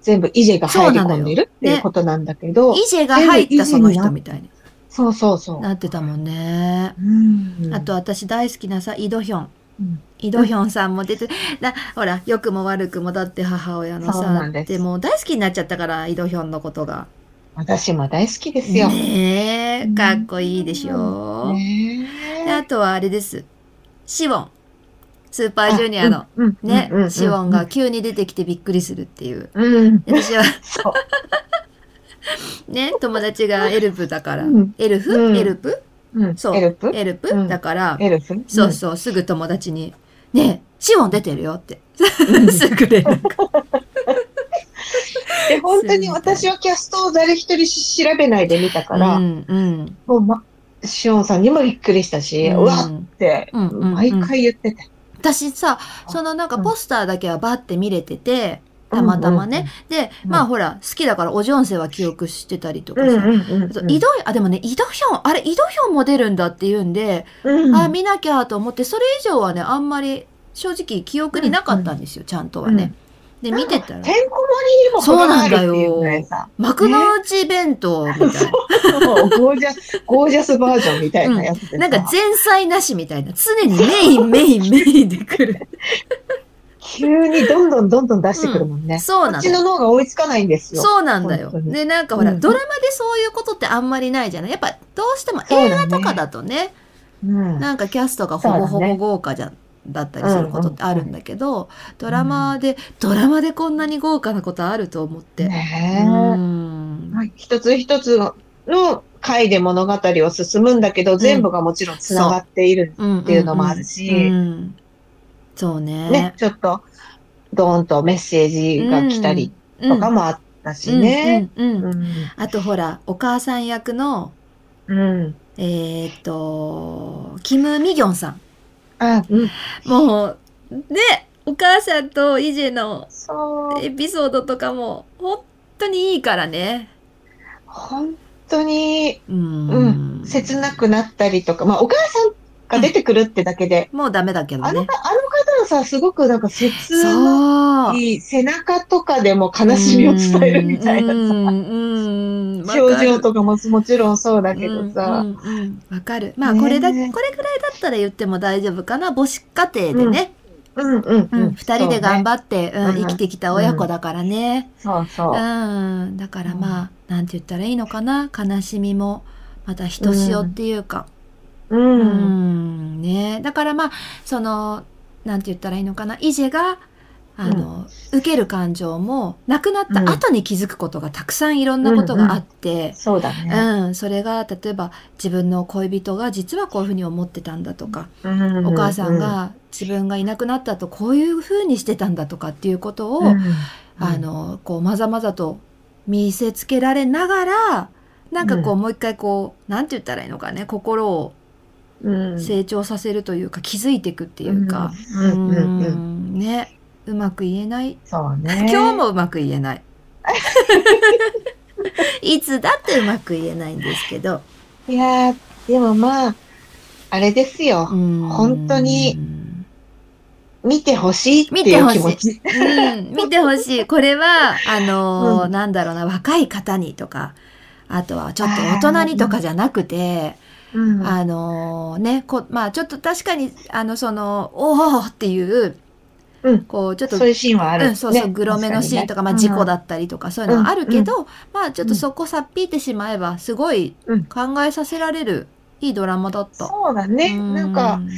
Speaker 2: 全部イジェが入り込んでるっていうことなんだけど、
Speaker 1: イジェが入ったその人みたいに
Speaker 2: そうそうそう。
Speaker 1: なってたもんね。
Speaker 2: うん
Speaker 1: あと、私大好きなさ、イドヒョン
Speaker 2: うん。
Speaker 1: イドヒョンさんも出て、だほら、良くも悪くもだって母親の
Speaker 2: そう
Speaker 1: さ
Speaker 2: な、んです
Speaker 1: でもう大好きになっちゃったから、イドヒョンのことが。
Speaker 2: 私も大好きですよ。
Speaker 1: ねえ、
Speaker 2: うん
Speaker 1: かっこいいでしょ。
Speaker 2: ね
Speaker 1: であとはあれです。シオン。スーパージュニアの。
Speaker 2: うんうん
Speaker 1: ね
Speaker 2: うんうんう、ん
Speaker 1: シオンが急に出てきてびっくりするっていう。
Speaker 2: うん。
Speaker 1: で私は
Speaker 2: そう。
Speaker 1: ね、友達がエルプだから
Speaker 2: うん。
Speaker 1: エルフ、
Speaker 2: うん
Speaker 1: エルプ
Speaker 2: うん
Speaker 1: そう
Speaker 2: エルプ
Speaker 1: エルプ、
Speaker 2: うん
Speaker 1: だから、
Speaker 2: エルフ
Speaker 1: そうそう、すぐ友達に、ねえ、シオン出てるよって。
Speaker 2: う ん
Speaker 1: すぐ連絡。
Speaker 2: で、本当に私はキャストを誰一人し調べないで見たから、
Speaker 1: うん、うん。
Speaker 2: もう、ま、シオンさんにもびっくりしたし、うわっ
Speaker 1: ん
Speaker 2: て、
Speaker 1: うんうんうん
Speaker 2: 毎回言ってた。
Speaker 1: 私さ、そのなんかポスターだけはバって見れてて、たまたまね。で、
Speaker 2: うん
Speaker 1: まあほら、好きだからおジョンセは記憶してたりと
Speaker 2: う
Speaker 1: か
Speaker 2: ん。
Speaker 1: さ。
Speaker 2: うんうんうん
Speaker 1: あと井戸、あ、でもね、井戸ヒョン、あれ、井戸ヒョンも出るんだって言うんで、
Speaker 2: うん
Speaker 1: あ、見なきゃと思って、それ以上はね、あんまり正直記憶になかったんですよ、ちゃんとはね。で、見てたら
Speaker 2: て、んこ盛りにも程があるっていうぐらいさ。
Speaker 1: 幕の内弁当みたい
Speaker 2: そうゴージャス、ゴージャスバージョンみたいなやつ で
Speaker 1: な。な
Speaker 2: さ
Speaker 1: んか前菜なしみたいな。常にメ イン、メイン、メインで来る。
Speaker 2: 急にどんどんどんどん出してくるもんね。
Speaker 1: そう
Speaker 2: こ
Speaker 1: なの
Speaker 2: っち
Speaker 1: よ。
Speaker 2: の脳が追いつかないんですよ。
Speaker 1: そうなんだよ。
Speaker 2: 本当に
Speaker 1: で、なんかほら、
Speaker 2: うん
Speaker 1: ドラマでそういうことってあんまりないじゃないやっぱ、どうしても
Speaker 2: そう
Speaker 1: 映
Speaker 2: だ
Speaker 1: 画
Speaker 2: ね
Speaker 1: とかだとね、
Speaker 2: うん。
Speaker 1: なんかキャストがほぼほぼ豪華じゃん。だったりすることってあるんだけど、ドラマで、ドラマでこんなに豪華なことあると思って、う
Speaker 2: ねえ
Speaker 1: ん
Speaker 2: はい一つ一つの回で物語を進むんだけど、全部がもちろん繋がっているっていうのもあるし、
Speaker 1: うんうんうんそうね
Speaker 2: ね、ちょっと、ドーンとメッセージが来たり
Speaker 1: うん
Speaker 2: とかもあったしね。
Speaker 1: うんうん
Speaker 2: う
Speaker 1: うん
Speaker 2: ん。
Speaker 1: あとほらお母さん役の
Speaker 2: うん。
Speaker 1: えーっとキム・ミギョンさん
Speaker 2: あ、うん。
Speaker 1: もうねお母さんとイジェの
Speaker 2: そう。
Speaker 1: エピソードとかも本当にいいからね
Speaker 2: 本当に
Speaker 1: うん、
Speaker 2: 切なくなったりとか、まあ、お母さんが出てくるってだけで、
Speaker 1: もうダメだけど
Speaker 2: あの、あの
Speaker 1: ね
Speaker 2: 方のさ、すごくなんか切な
Speaker 1: そう
Speaker 2: い背中とかでも悲しみを伝えるみたいなさ。
Speaker 1: うんうんうん
Speaker 2: 表情
Speaker 1: か
Speaker 2: とかももちろんそうだけど
Speaker 1: う
Speaker 2: さ、
Speaker 1: んうんうんわかるまあこれだ、
Speaker 2: ねえ
Speaker 1: これぐらいだったら言っても大丈夫かな母子家庭でね、
Speaker 2: うんうん
Speaker 1: うん2人で頑
Speaker 2: 張
Speaker 1: 張って、うん
Speaker 2: うん
Speaker 1: 生きてきた親子だからね、
Speaker 2: そうそうう。
Speaker 1: んだからまあなんて言ったらいいのかな悲しみもまたひとしおっていうか、
Speaker 2: う
Speaker 1: うん
Speaker 2: ん、
Speaker 1: ねだからまあそのなんて言ったらいいのかなイジェがあの、受ける感情も亡くなった後に気づくことがたくさんいろんなことがあって。
Speaker 2: そうだ
Speaker 1: う
Speaker 2: ね。
Speaker 1: ん、それが例えば自分の恋人が実はこういうふうに思ってたんだとか、
Speaker 2: お
Speaker 1: お母さんが自分がいなくなったとこういうふうにしてたんだとかっていうことを、あ、のこうまざまざと見せつけられながらなんかこう、
Speaker 2: う
Speaker 1: もう一回こうなんて言ったらいいのかね心を
Speaker 2: うん
Speaker 1: 成長させるというか気づいていくっていうか、、
Speaker 2: うんうんうん
Speaker 1: う
Speaker 2: うん、
Speaker 1: んねうまく言えない
Speaker 2: そうね。
Speaker 1: 今日もうまく言えない。 いつだってうまく言えないんですけど。
Speaker 2: いやーでもまああれですよ。
Speaker 1: 本
Speaker 2: 本当に見てほしいって
Speaker 1: 見て
Speaker 2: いう
Speaker 1: ほしい
Speaker 2: 気持ち。
Speaker 1: うん、見てほしい。これは、あのー
Speaker 2: うん
Speaker 1: なんだろうな、若い方にとか、あとはちょっと大人にとかじゃなくて、
Speaker 2: うん
Speaker 1: あのーね、こまあちょっと確かに、あの、その、おおっていう、
Speaker 2: うん
Speaker 1: こう、ちょっと、
Speaker 2: そういうシーンはある。
Speaker 1: うん、そうそう、
Speaker 2: ね
Speaker 1: グロめのシーンとか、まあ事故。だったりとか、そういうのはあるけど、まあちょっとそこさっぴいてしまえば、すごい
Speaker 2: うん
Speaker 1: 考えさせられる、いいドラマだっ
Speaker 2: 確
Speaker 1: た。
Speaker 2: かにねうんそうだね。なんか、
Speaker 1: う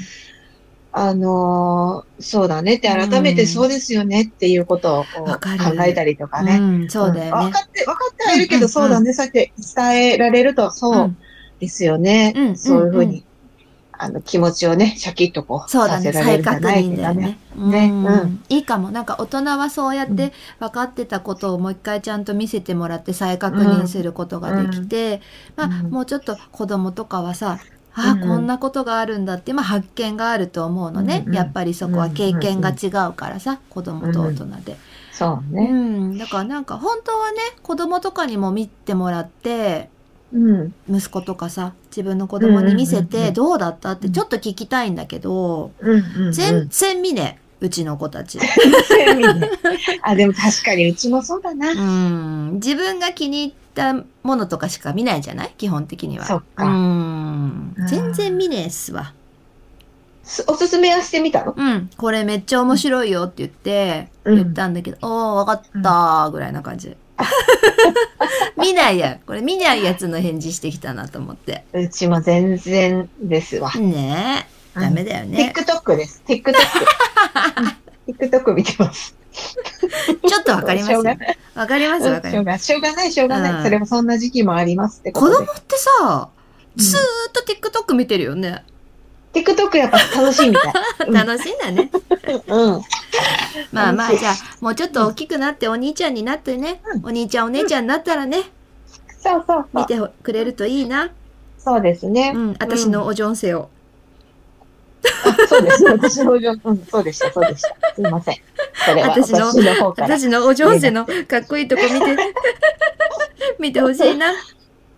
Speaker 2: あのーそうだねって、
Speaker 1: うん
Speaker 2: 改めてそうですよねっていうことをこう
Speaker 1: わ
Speaker 2: 考
Speaker 1: かる
Speaker 2: えたりとか
Speaker 1: う
Speaker 2: ね。
Speaker 1: ん、そうだよ
Speaker 2: 分
Speaker 1: ね。
Speaker 2: かって、分かってはいるけ
Speaker 1: うんうん
Speaker 2: ど、そうだね、さっき伝えられると、
Speaker 1: う
Speaker 2: そうんですよね。
Speaker 1: うんうん
Speaker 2: そういうふう
Speaker 1: う
Speaker 2: に、あの、気持ちをね、シャキッとこう、
Speaker 1: そうだ
Speaker 2: さ
Speaker 1: ね、
Speaker 2: せられ
Speaker 1: 再
Speaker 2: るんじゃ
Speaker 1: 確
Speaker 2: ない
Speaker 1: 認
Speaker 2: です
Speaker 1: だよ
Speaker 2: かね。
Speaker 1: ね。うん
Speaker 2: ねうん
Speaker 1: いいかも。なんか大人はそうやっ
Speaker 2: う
Speaker 1: て分かってたことをもう一回ちゃんと見せてもらって再確認することができて、
Speaker 2: うん
Speaker 1: まあ、
Speaker 2: うん
Speaker 1: もうちょっと子供とかはさ、あ
Speaker 2: う
Speaker 1: あ、
Speaker 2: ん
Speaker 1: こんなことがあるんだって、まあ発見があると思うのね
Speaker 2: う。んうん
Speaker 1: やっぱりそこは経験が違うからさ、子供と大人で。
Speaker 2: そう
Speaker 1: う
Speaker 2: ね。
Speaker 1: ん、だからなんか本当はね、子供とかにも見てもらって、
Speaker 2: うん。
Speaker 1: 息子とかさ、自分の子供に見せ
Speaker 2: うんうんうんう
Speaker 1: て
Speaker 2: ん
Speaker 1: どうだったってちょっと聞きたいんだけど、
Speaker 2: うんうんうん。
Speaker 1: 全然見ねえうちの子たち。
Speaker 2: 然見ないあ、でも確かに、うちもそうだな。
Speaker 1: うん。自分が気に入ったものとかしか見ないじゃない基本的には。
Speaker 2: そっか
Speaker 1: うん
Speaker 2: うん。
Speaker 1: 全然見ねえっすわ。
Speaker 2: すおすすめはしてみたの
Speaker 1: うん。これめっちゃ面白いよって言って、
Speaker 2: うん
Speaker 1: 言ったんだけど、おー、わかったーぐらいな感じ。 見ないや。これ見ないやつの返事してきたなと思って。
Speaker 2: うちも全然ですわ。
Speaker 1: ねえ。ダメだよね。
Speaker 2: TikTok です。TikTok。うん TikTok 見てます。
Speaker 1: ちょっとわかります
Speaker 2: しょ
Speaker 1: よ
Speaker 2: うがな。
Speaker 1: わかりますわか
Speaker 2: し
Speaker 1: り
Speaker 2: ょう
Speaker 1: ます。
Speaker 2: がしょうがない、しょうが
Speaker 1: う
Speaker 2: なんい。それもそんな時期もありますってこ
Speaker 1: 子
Speaker 2: と
Speaker 1: 供
Speaker 2: で。
Speaker 1: ってさ、ずーっと TikTok 見てるよね。
Speaker 2: TikTok やっぱ楽しいみたい。うん
Speaker 1: 楽しいんだね。
Speaker 2: うん。
Speaker 1: まあまあ、
Speaker 2: 楽しい
Speaker 1: じゃあ、もうちょっと大きくなって、お兄ちゃんになってね、
Speaker 2: うん
Speaker 1: お兄ちゃん、お姉ちゃんになったらね、
Speaker 2: そうそうそ
Speaker 1: 見
Speaker 2: う。
Speaker 1: てくれるといいな。
Speaker 2: そうですね
Speaker 1: う。ん、私のお嬢性を。
Speaker 2: あそうです。私の上、うん、そうでした、そうでした。すいません。それは
Speaker 1: 私
Speaker 2: 私
Speaker 1: の
Speaker 2: の方から。
Speaker 1: 私のお嬢性のかっこいいとこ見て、 見てほしいな。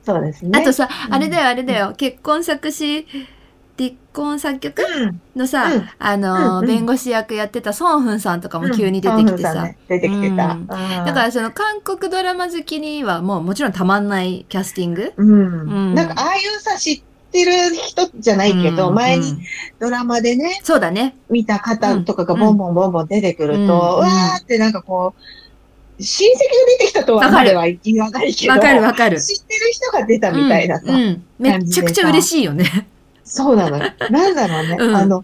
Speaker 2: そうですね。
Speaker 1: あとさ、
Speaker 2: うん
Speaker 1: あれだよ、あれだよ、結婚作詞、結婚作曲
Speaker 2: うん、
Speaker 1: のさ
Speaker 2: うん、
Speaker 1: あの
Speaker 2: うんう
Speaker 1: ー、
Speaker 2: ん
Speaker 1: 弁護士役やってたソンフンさんとかも急に出
Speaker 2: う
Speaker 1: て
Speaker 2: ん
Speaker 1: きて
Speaker 2: そう
Speaker 1: さ
Speaker 2: ね。出てきてた。
Speaker 1: うん
Speaker 2: だ
Speaker 1: だか
Speaker 2: か
Speaker 1: らその韓国ドラマ好きにはもうもちろんたまんないキャスティング。
Speaker 2: うん
Speaker 1: うん
Speaker 2: なんかああいうさ、知ってる人じゃないけど、
Speaker 1: うん
Speaker 2: 前
Speaker 1: う
Speaker 2: に
Speaker 1: ん
Speaker 2: ドラマでね、
Speaker 1: そうだね。
Speaker 2: 見た方とかがボンボンボンボン出てくると、
Speaker 1: う
Speaker 2: うんわーってなんかこう、親戚が出てきたとはまでは言わないけど、
Speaker 1: わかるわかる。
Speaker 2: 知ってる人が出たみたいなさ、
Speaker 1: うんうんめっちゃくちゃ嬉しいよね。
Speaker 2: そうなのよ。なんだろうね、
Speaker 1: うん
Speaker 2: あの、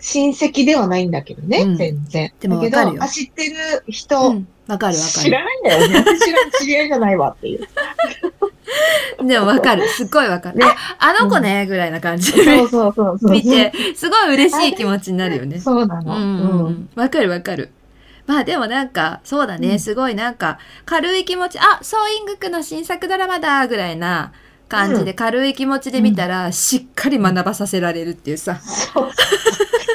Speaker 2: 親戚ではないんだけどね、
Speaker 1: うん
Speaker 2: 全然。
Speaker 1: でもわ
Speaker 2: だけ
Speaker 1: かるよ
Speaker 2: ど、あ知ってる
Speaker 1: う
Speaker 2: 人、
Speaker 1: んわかるわか
Speaker 2: 知らないんだよね。知らん知り合いじゃないわっ ていう。
Speaker 1: る。でもわかる。すっごいわかる。
Speaker 2: ね
Speaker 1: あ、あの子ね、ぐらいな感じ
Speaker 2: そ
Speaker 1: で
Speaker 2: うそうそうそう。
Speaker 1: 見て、すごい嬉しい気持ちになるよね。
Speaker 2: そうな
Speaker 1: う
Speaker 2: の。
Speaker 1: んうん
Speaker 2: う
Speaker 1: うんん。わかるわかる。まあでもなんか、そうだ
Speaker 2: う
Speaker 1: ね、
Speaker 2: ん
Speaker 1: すごいなんか、軽い気持ち、あ、ソーイングクの新作ドラマだ、ぐらいな感じで、軽い気持ちで見たら、しっかり学ばさせられるっていうさ。
Speaker 2: そ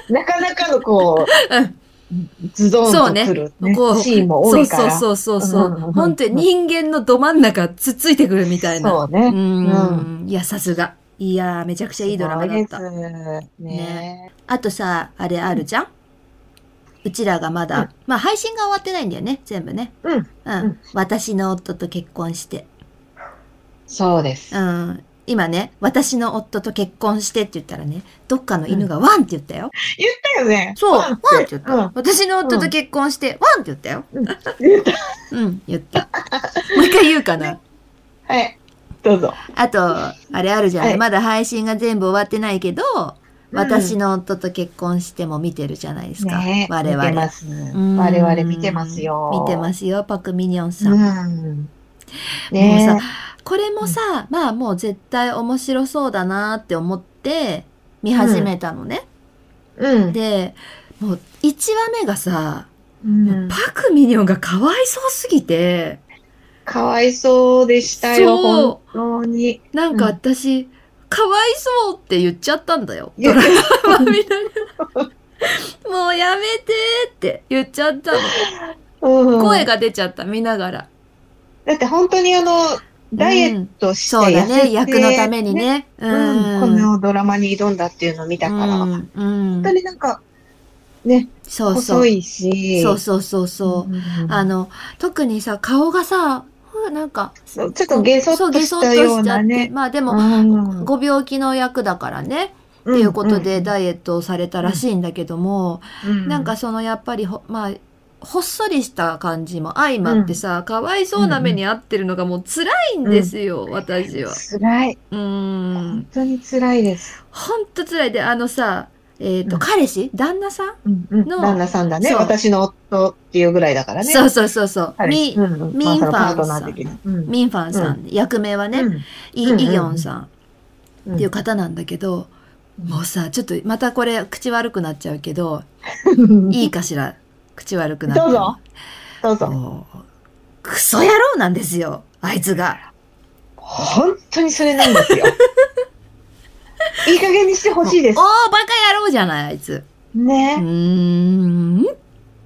Speaker 2: う。なかなかのこう、ズド
Speaker 1: そう
Speaker 2: ン
Speaker 1: ね
Speaker 2: とくる、ね
Speaker 1: こう
Speaker 2: シーンも多
Speaker 1: そう
Speaker 2: いか
Speaker 1: そう
Speaker 2: ら。う
Speaker 1: そうそうそう
Speaker 2: うんうんうんう。ん
Speaker 1: 本当に人間のど真ん中つっついてくるみたいな。
Speaker 2: そうね。
Speaker 1: うん、いや、さすが。いやー、めちゃくちゃいいドラマだっ
Speaker 2: す
Speaker 1: た。
Speaker 2: ごいですね。
Speaker 1: あとさ、あれあるじゃんうちらがまだ、
Speaker 2: うん
Speaker 1: まあ配信が終わってないんだよね、全部ね。
Speaker 2: うん。
Speaker 1: うん。
Speaker 2: うん
Speaker 1: 私の夫と結婚して。
Speaker 2: そうです
Speaker 1: う。ん。今ね、私の夫と結婚してって言ったらね、どっかの犬がワンって言ったよ。
Speaker 2: 言ったよね。
Speaker 1: そう、ワン
Speaker 2: パン
Speaker 1: っ
Speaker 2: ってて
Speaker 1: 言った。私の夫と結婚して、ワンって言ったよ。
Speaker 2: うん。言った。
Speaker 1: うん、言った。もう一回言うかな。
Speaker 2: はい。どうぞ。
Speaker 1: あと、あれあるじゃない、
Speaker 2: はい
Speaker 1: まだ配信が全部終わってないけど、
Speaker 2: うん
Speaker 1: 私の夫と結婚しても見てるじゃないですか。
Speaker 2: ね
Speaker 1: 我々。
Speaker 2: 見てます。
Speaker 1: うん
Speaker 2: 我々見てますよ。。
Speaker 1: 見てますすよ、パクミニョンさん。
Speaker 2: うん。ね
Speaker 1: もうこれもさ、まあもう絶対面白そうだなって思って見始めたのね。
Speaker 2: うん。
Speaker 1: で、もう1話目がさ、
Speaker 2: うん
Speaker 1: パクミニョンがかわいそうすぎて、
Speaker 2: かわいそうでしたよ、
Speaker 1: そ
Speaker 2: 本 当に。
Speaker 1: なんか私、かわいそうって言っちゃったんだよ。
Speaker 2: 言
Speaker 1: ドラ
Speaker 2: って
Speaker 1: マ見な がら。もうやめてって言っちゃったの。
Speaker 2: うん
Speaker 1: 声が出ちゃった、見ながら。
Speaker 2: だって本当にあの、ダイエットして、
Speaker 1: そうだ
Speaker 2: 痩せ
Speaker 1: ね、
Speaker 2: て
Speaker 1: 役のために。ね。う
Speaker 2: うん、このドラマに挑んだっていうのを見たから、
Speaker 1: う
Speaker 2: 本
Speaker 1: んうん
Speaker 2: 当になんか、ね、
Speaker 1: そうそう
Speaker 2: 細。いし、
Speaker 1: そうそうそうそう。
Speaker 2: うん
Speaker 1: あの、特にさ、顔がさ、ふなんか、
Speaker 2: ちょっとゲソッ
Speaker 1: そう
Speaker 2: と
Speaker 1: ゲ
Speaker 2: し
Speaker 1: ソッと
Speaker 2: たよう
Speaker 1: しちゃ
Speaker 2: な
Speaker 1: って。
Speaker 2: ね。
Speaker 1: まあでも、
Speaker 2: ん
Speaker 1: ご病気の役だからね、
Speaker 2: っ
Speaker 1: っていうことでダイエットをされたらしいんだけども、なんか、そのやっぱりほ、まあ、ほっそりした感じも相まってさ、かわいそうな目に遭ってるのがもう辛いんですよ、私は。
Speaker 2: 辛い。
Speaker 1: うーん
Speaker 2: 本。当に辛いです。
Speaker 1: ほんと辛い。で、あのさ、えっ、と、
Speaker 2: うん
Speaker 1: 彼氏旦那さん、
Speaker 2: うんうん
Speaker 1: の
Speaker 2: 旦那さんだね。
Speaker 1: そう
Speaker 2: 私の夫っていうぐらいだからね。
Speaker 1: そうそうそうそう。
Speaker 2: 彼氏
Speaker 1: ミ
Speaker 2: うんうん
Speaker 1: ミ
Speaker 2: まあ
Speaker 1: ンファン
Speaker 2: そのパートナー的な。うん
Speaker 1: ミンファンさん、役名はね、
Speaker 2: うん
Speaker 1: イ・イギ
Speaker 2: うんうん
Speaker 1: ョンさんっていう方なんだけど、
Speaker 2: うん
Speaker 1: もうさ、ちょっとまたこれ口悪くなっちゃうけど、
Speaker 2: うん
Speaker 1: いいかしら口悪くなっても。
Speaker 2: どうぞどうぞ。
Speaker 1: もうクソ野郎なんですよ、あいつが。
Speaker 2: 本当にそれな んですよ。いい加減にしてほしいです
Speaker 1: お。お、バカ野郎じゃない、あいつ。うー
Speaker 2: ね。
Speaker 1: ん。
Speaker 2: もうね、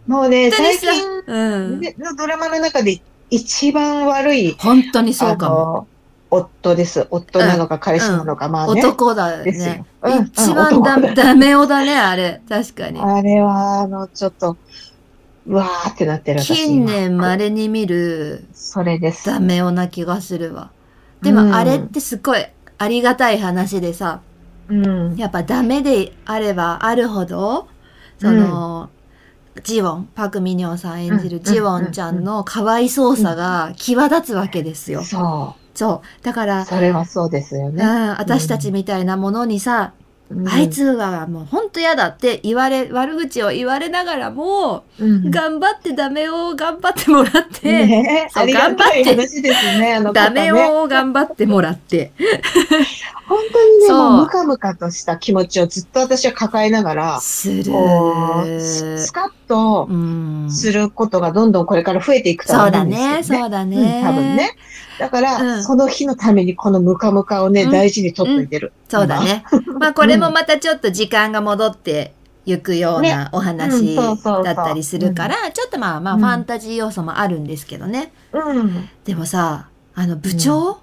Speaker 1: 本当に
Speaker 2: 最
Speaker 1: さ
Speaker 2: 近、
Speaker 1: うん。
Speaker 2: のドラマの中で一番悪い、
Speaker 1: 本当にそうか
Speaker 2: あ
Speaker 1: も。
Speaker 2: の夫です。夫なのか彼氏なのか、まあね。
Speaker 1: 男だ
Speaker 2: ですよ
Speaker 1: ね。
Speaker 2: うんうん
Speaker 1: 一番ダ
Speaker 2: 男だ
Speaker 1: ダメ男だね、あれ。確かに。
Speaker 2: あれは、あの、ちょっと、うわーってなってる私
Speaker 1: 近年
Speaker 2: 今
Speaker 1: 稀に見る
Speaker 2: それです。
Speaker 1: ダメ男な気がするわ。でも、
Speaker 2: うん
Speaker 1: あれってすごいありがたい話でさ、
Speaker 2: うん。
Speaker 1: やっぱダメであればあるほど、その、ジウォン、パクミニョンさん演じる
Speaker 2: うん
Speaker 1: ジウォンちゃんのかわいそうさが際立つわけですよ。
Speaker 2: そ
Speaker 1: そう。だから
Speaker 2: う。、それはそうですよ
Speaker 1: うん、
Speaker 2: ね。
Speaker 1: 私たちみたいなものにさ、
Speaker 2: うん
Speaker 1: あい、つはもうほんと嫌だって言われ、悪口を言われながらも、
Speaker 2: うん
Speaker 1: 頑張ってダメを頑張ってもらって、
Speaker 2: ね
Speaker 1: そう
Speaker 2: ありがた
Speaker 1: 頑張って
Speaker 2: い話ですね。あの
Speaker 1: ダ
Speaker 2: 方
Speaker 1: メ
Speaker 2: ね。
Speaker 1: を頑張ってもらって。
Speaker 2: 本当にね、
Speaker 1: そう
Speaker 2: もうムカムカとした気持ちをずっと私は抱えながら、
Speaker 1: する。
Speaker 2: こう、ススカッと
Speaker 1: うん。
Speaker 2: することがどんどんこれから増えていくと
Speaker 1: そう
Speaker 2: は思う
Speaker 1: だ
Speaker 2: んですよね。
Speaker 1: ね、そうだね。
Speaker 2: うん多分ね。。だから、
Speaker 1: うん
Speaker 2: その日のためにこのムカムカをね、
Speaker 1: うん
Speaker 2: 大事に取っといてる。
Speaker 1: そうだね。まあこれもまたちょっと時間が戻って、いくようなお話
Speaker 2: ねうんそうそうそう
Speaker 1: だったりするから、ちょっとまあまあ
Speaker 2: うん
Speaker 1: ファンタジー要素もあるんですけどね。
Speaker 2: うん。
Speaker 1: でもさ、あの部長、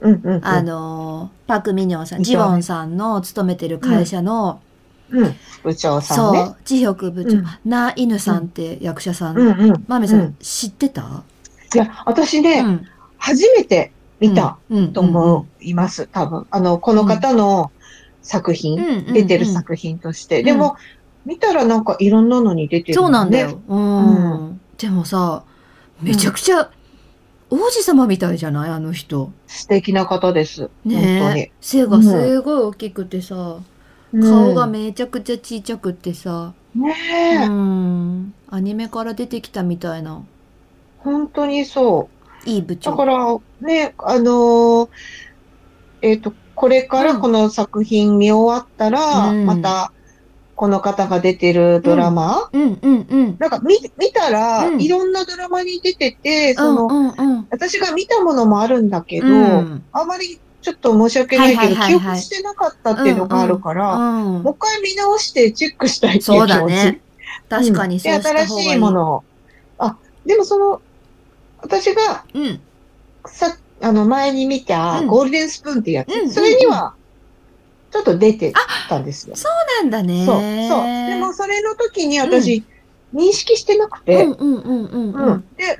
Speaker 2: うんうん、うん。
Speaker 1: あ、のーパク・ミニョンさん、
Speaker 2: 部長
Speaker 1: ジウォンさんの勤めてる会社の、
Speaker 2: うん。部長さ
Speaker 1: そ
Speaker 2: ん
Speaker 1: う、
Speaker 2: ね。
Speaker 1: ジヒョク部長、
Speaker 2: うん
Speaker 1: ナ・イヌさんって役者さん、
Speaker 2: うんうん。
Speaker 1: マメさん、
Speaker 2: うん
Speaker 1: 知ってた、
Speaker 2: いや、私ね、
Speaker 1: うん、
Speaker 2: 初めて見た
Speaker 1: うん、うん
Speaker 2: と思います、多分。あの、この方の作品、
Speaker 1: うん
Speaker 2: 出てる
Speaker 1: うん
Speaker 2: 作品として。
Speaker 1: ん
Speaker 2: でも、見たらなんかいろんなのに出てる、
Speaker 1: そうなんだよ、
Speaker 2: ね。
Speaker 1: うんでもさめちゃくちゃ王子様みたいじゃないあの人
Speaker 2: 素敵な方です。本当に
Speaker 1: ねえ。背がすごい大きくてさ、顔がめちゃくちゃちっちゃくてさ、
Speaker 2: うんね
Speaker 1: う
Speaker 2: え、
Speaker 1: ん、アニメから出てきたみたいな
Speaker 2: 本当にそう。
Speaker 1: いい部長
Speaker 2: だから、ね、あのーえっ、と、これから
Speaker 1: うん
Speaker 2: この作品見終わったら、
Speaker 1: うん
Speaker 2: また、この方が出てるドラマ、
Speaker 1: うんうんうん
Speaker 2: なんか見、見たら、
Speaker 1: うん
Speaker 2: いろんなドラマに出てて、その、
Speaker 1: うんうんうん
Speaker 2: 私が見たものもあるんだけど、
Speaker 1: うん
Speaker 2: あまりちょっと申し訳ない
Speaker 1: はい
Speaker 2: けど、
Speaker 1: はい
Speaker 2: 記
Speaker 1: はいはい
Speaker 2: 憶してなかったっていうのがあるから、
Speaker 1: うん
Speaker 2: もう一回見直してチェックしたいっていう気
Speaker 1: そ
Speaker 2: 持
Speaker 1: う
Speaker 2: ち。
Speaker 1: だね。確かにそう
Speaker 2: うん
Speaker 1: し
Speaker 2: で
Speaker 1: た方
Speaker 2: 新
Speaker 1: がいい。
Speaker 2: しいものを。あ、でもその、私が
Speaker 1: うん。
Speaker 2: さ、あの前に見た
Speaker 1: うん
Speaker 2: ゴールデンスプーンっていうやつ、
Speaker 1: うん
Speaker 2: それには、ちょっと出てたんですよ。そ
Speaker 1: なんだね。
Speaker 2: う、そう。でもそれの時に私、認識してなく
Speaker 1: う
Speaker 2: て、
Speaker 1: んうんうんうん
Speaker 2: う
Speaker 1: うんん。
Speaker 2: で、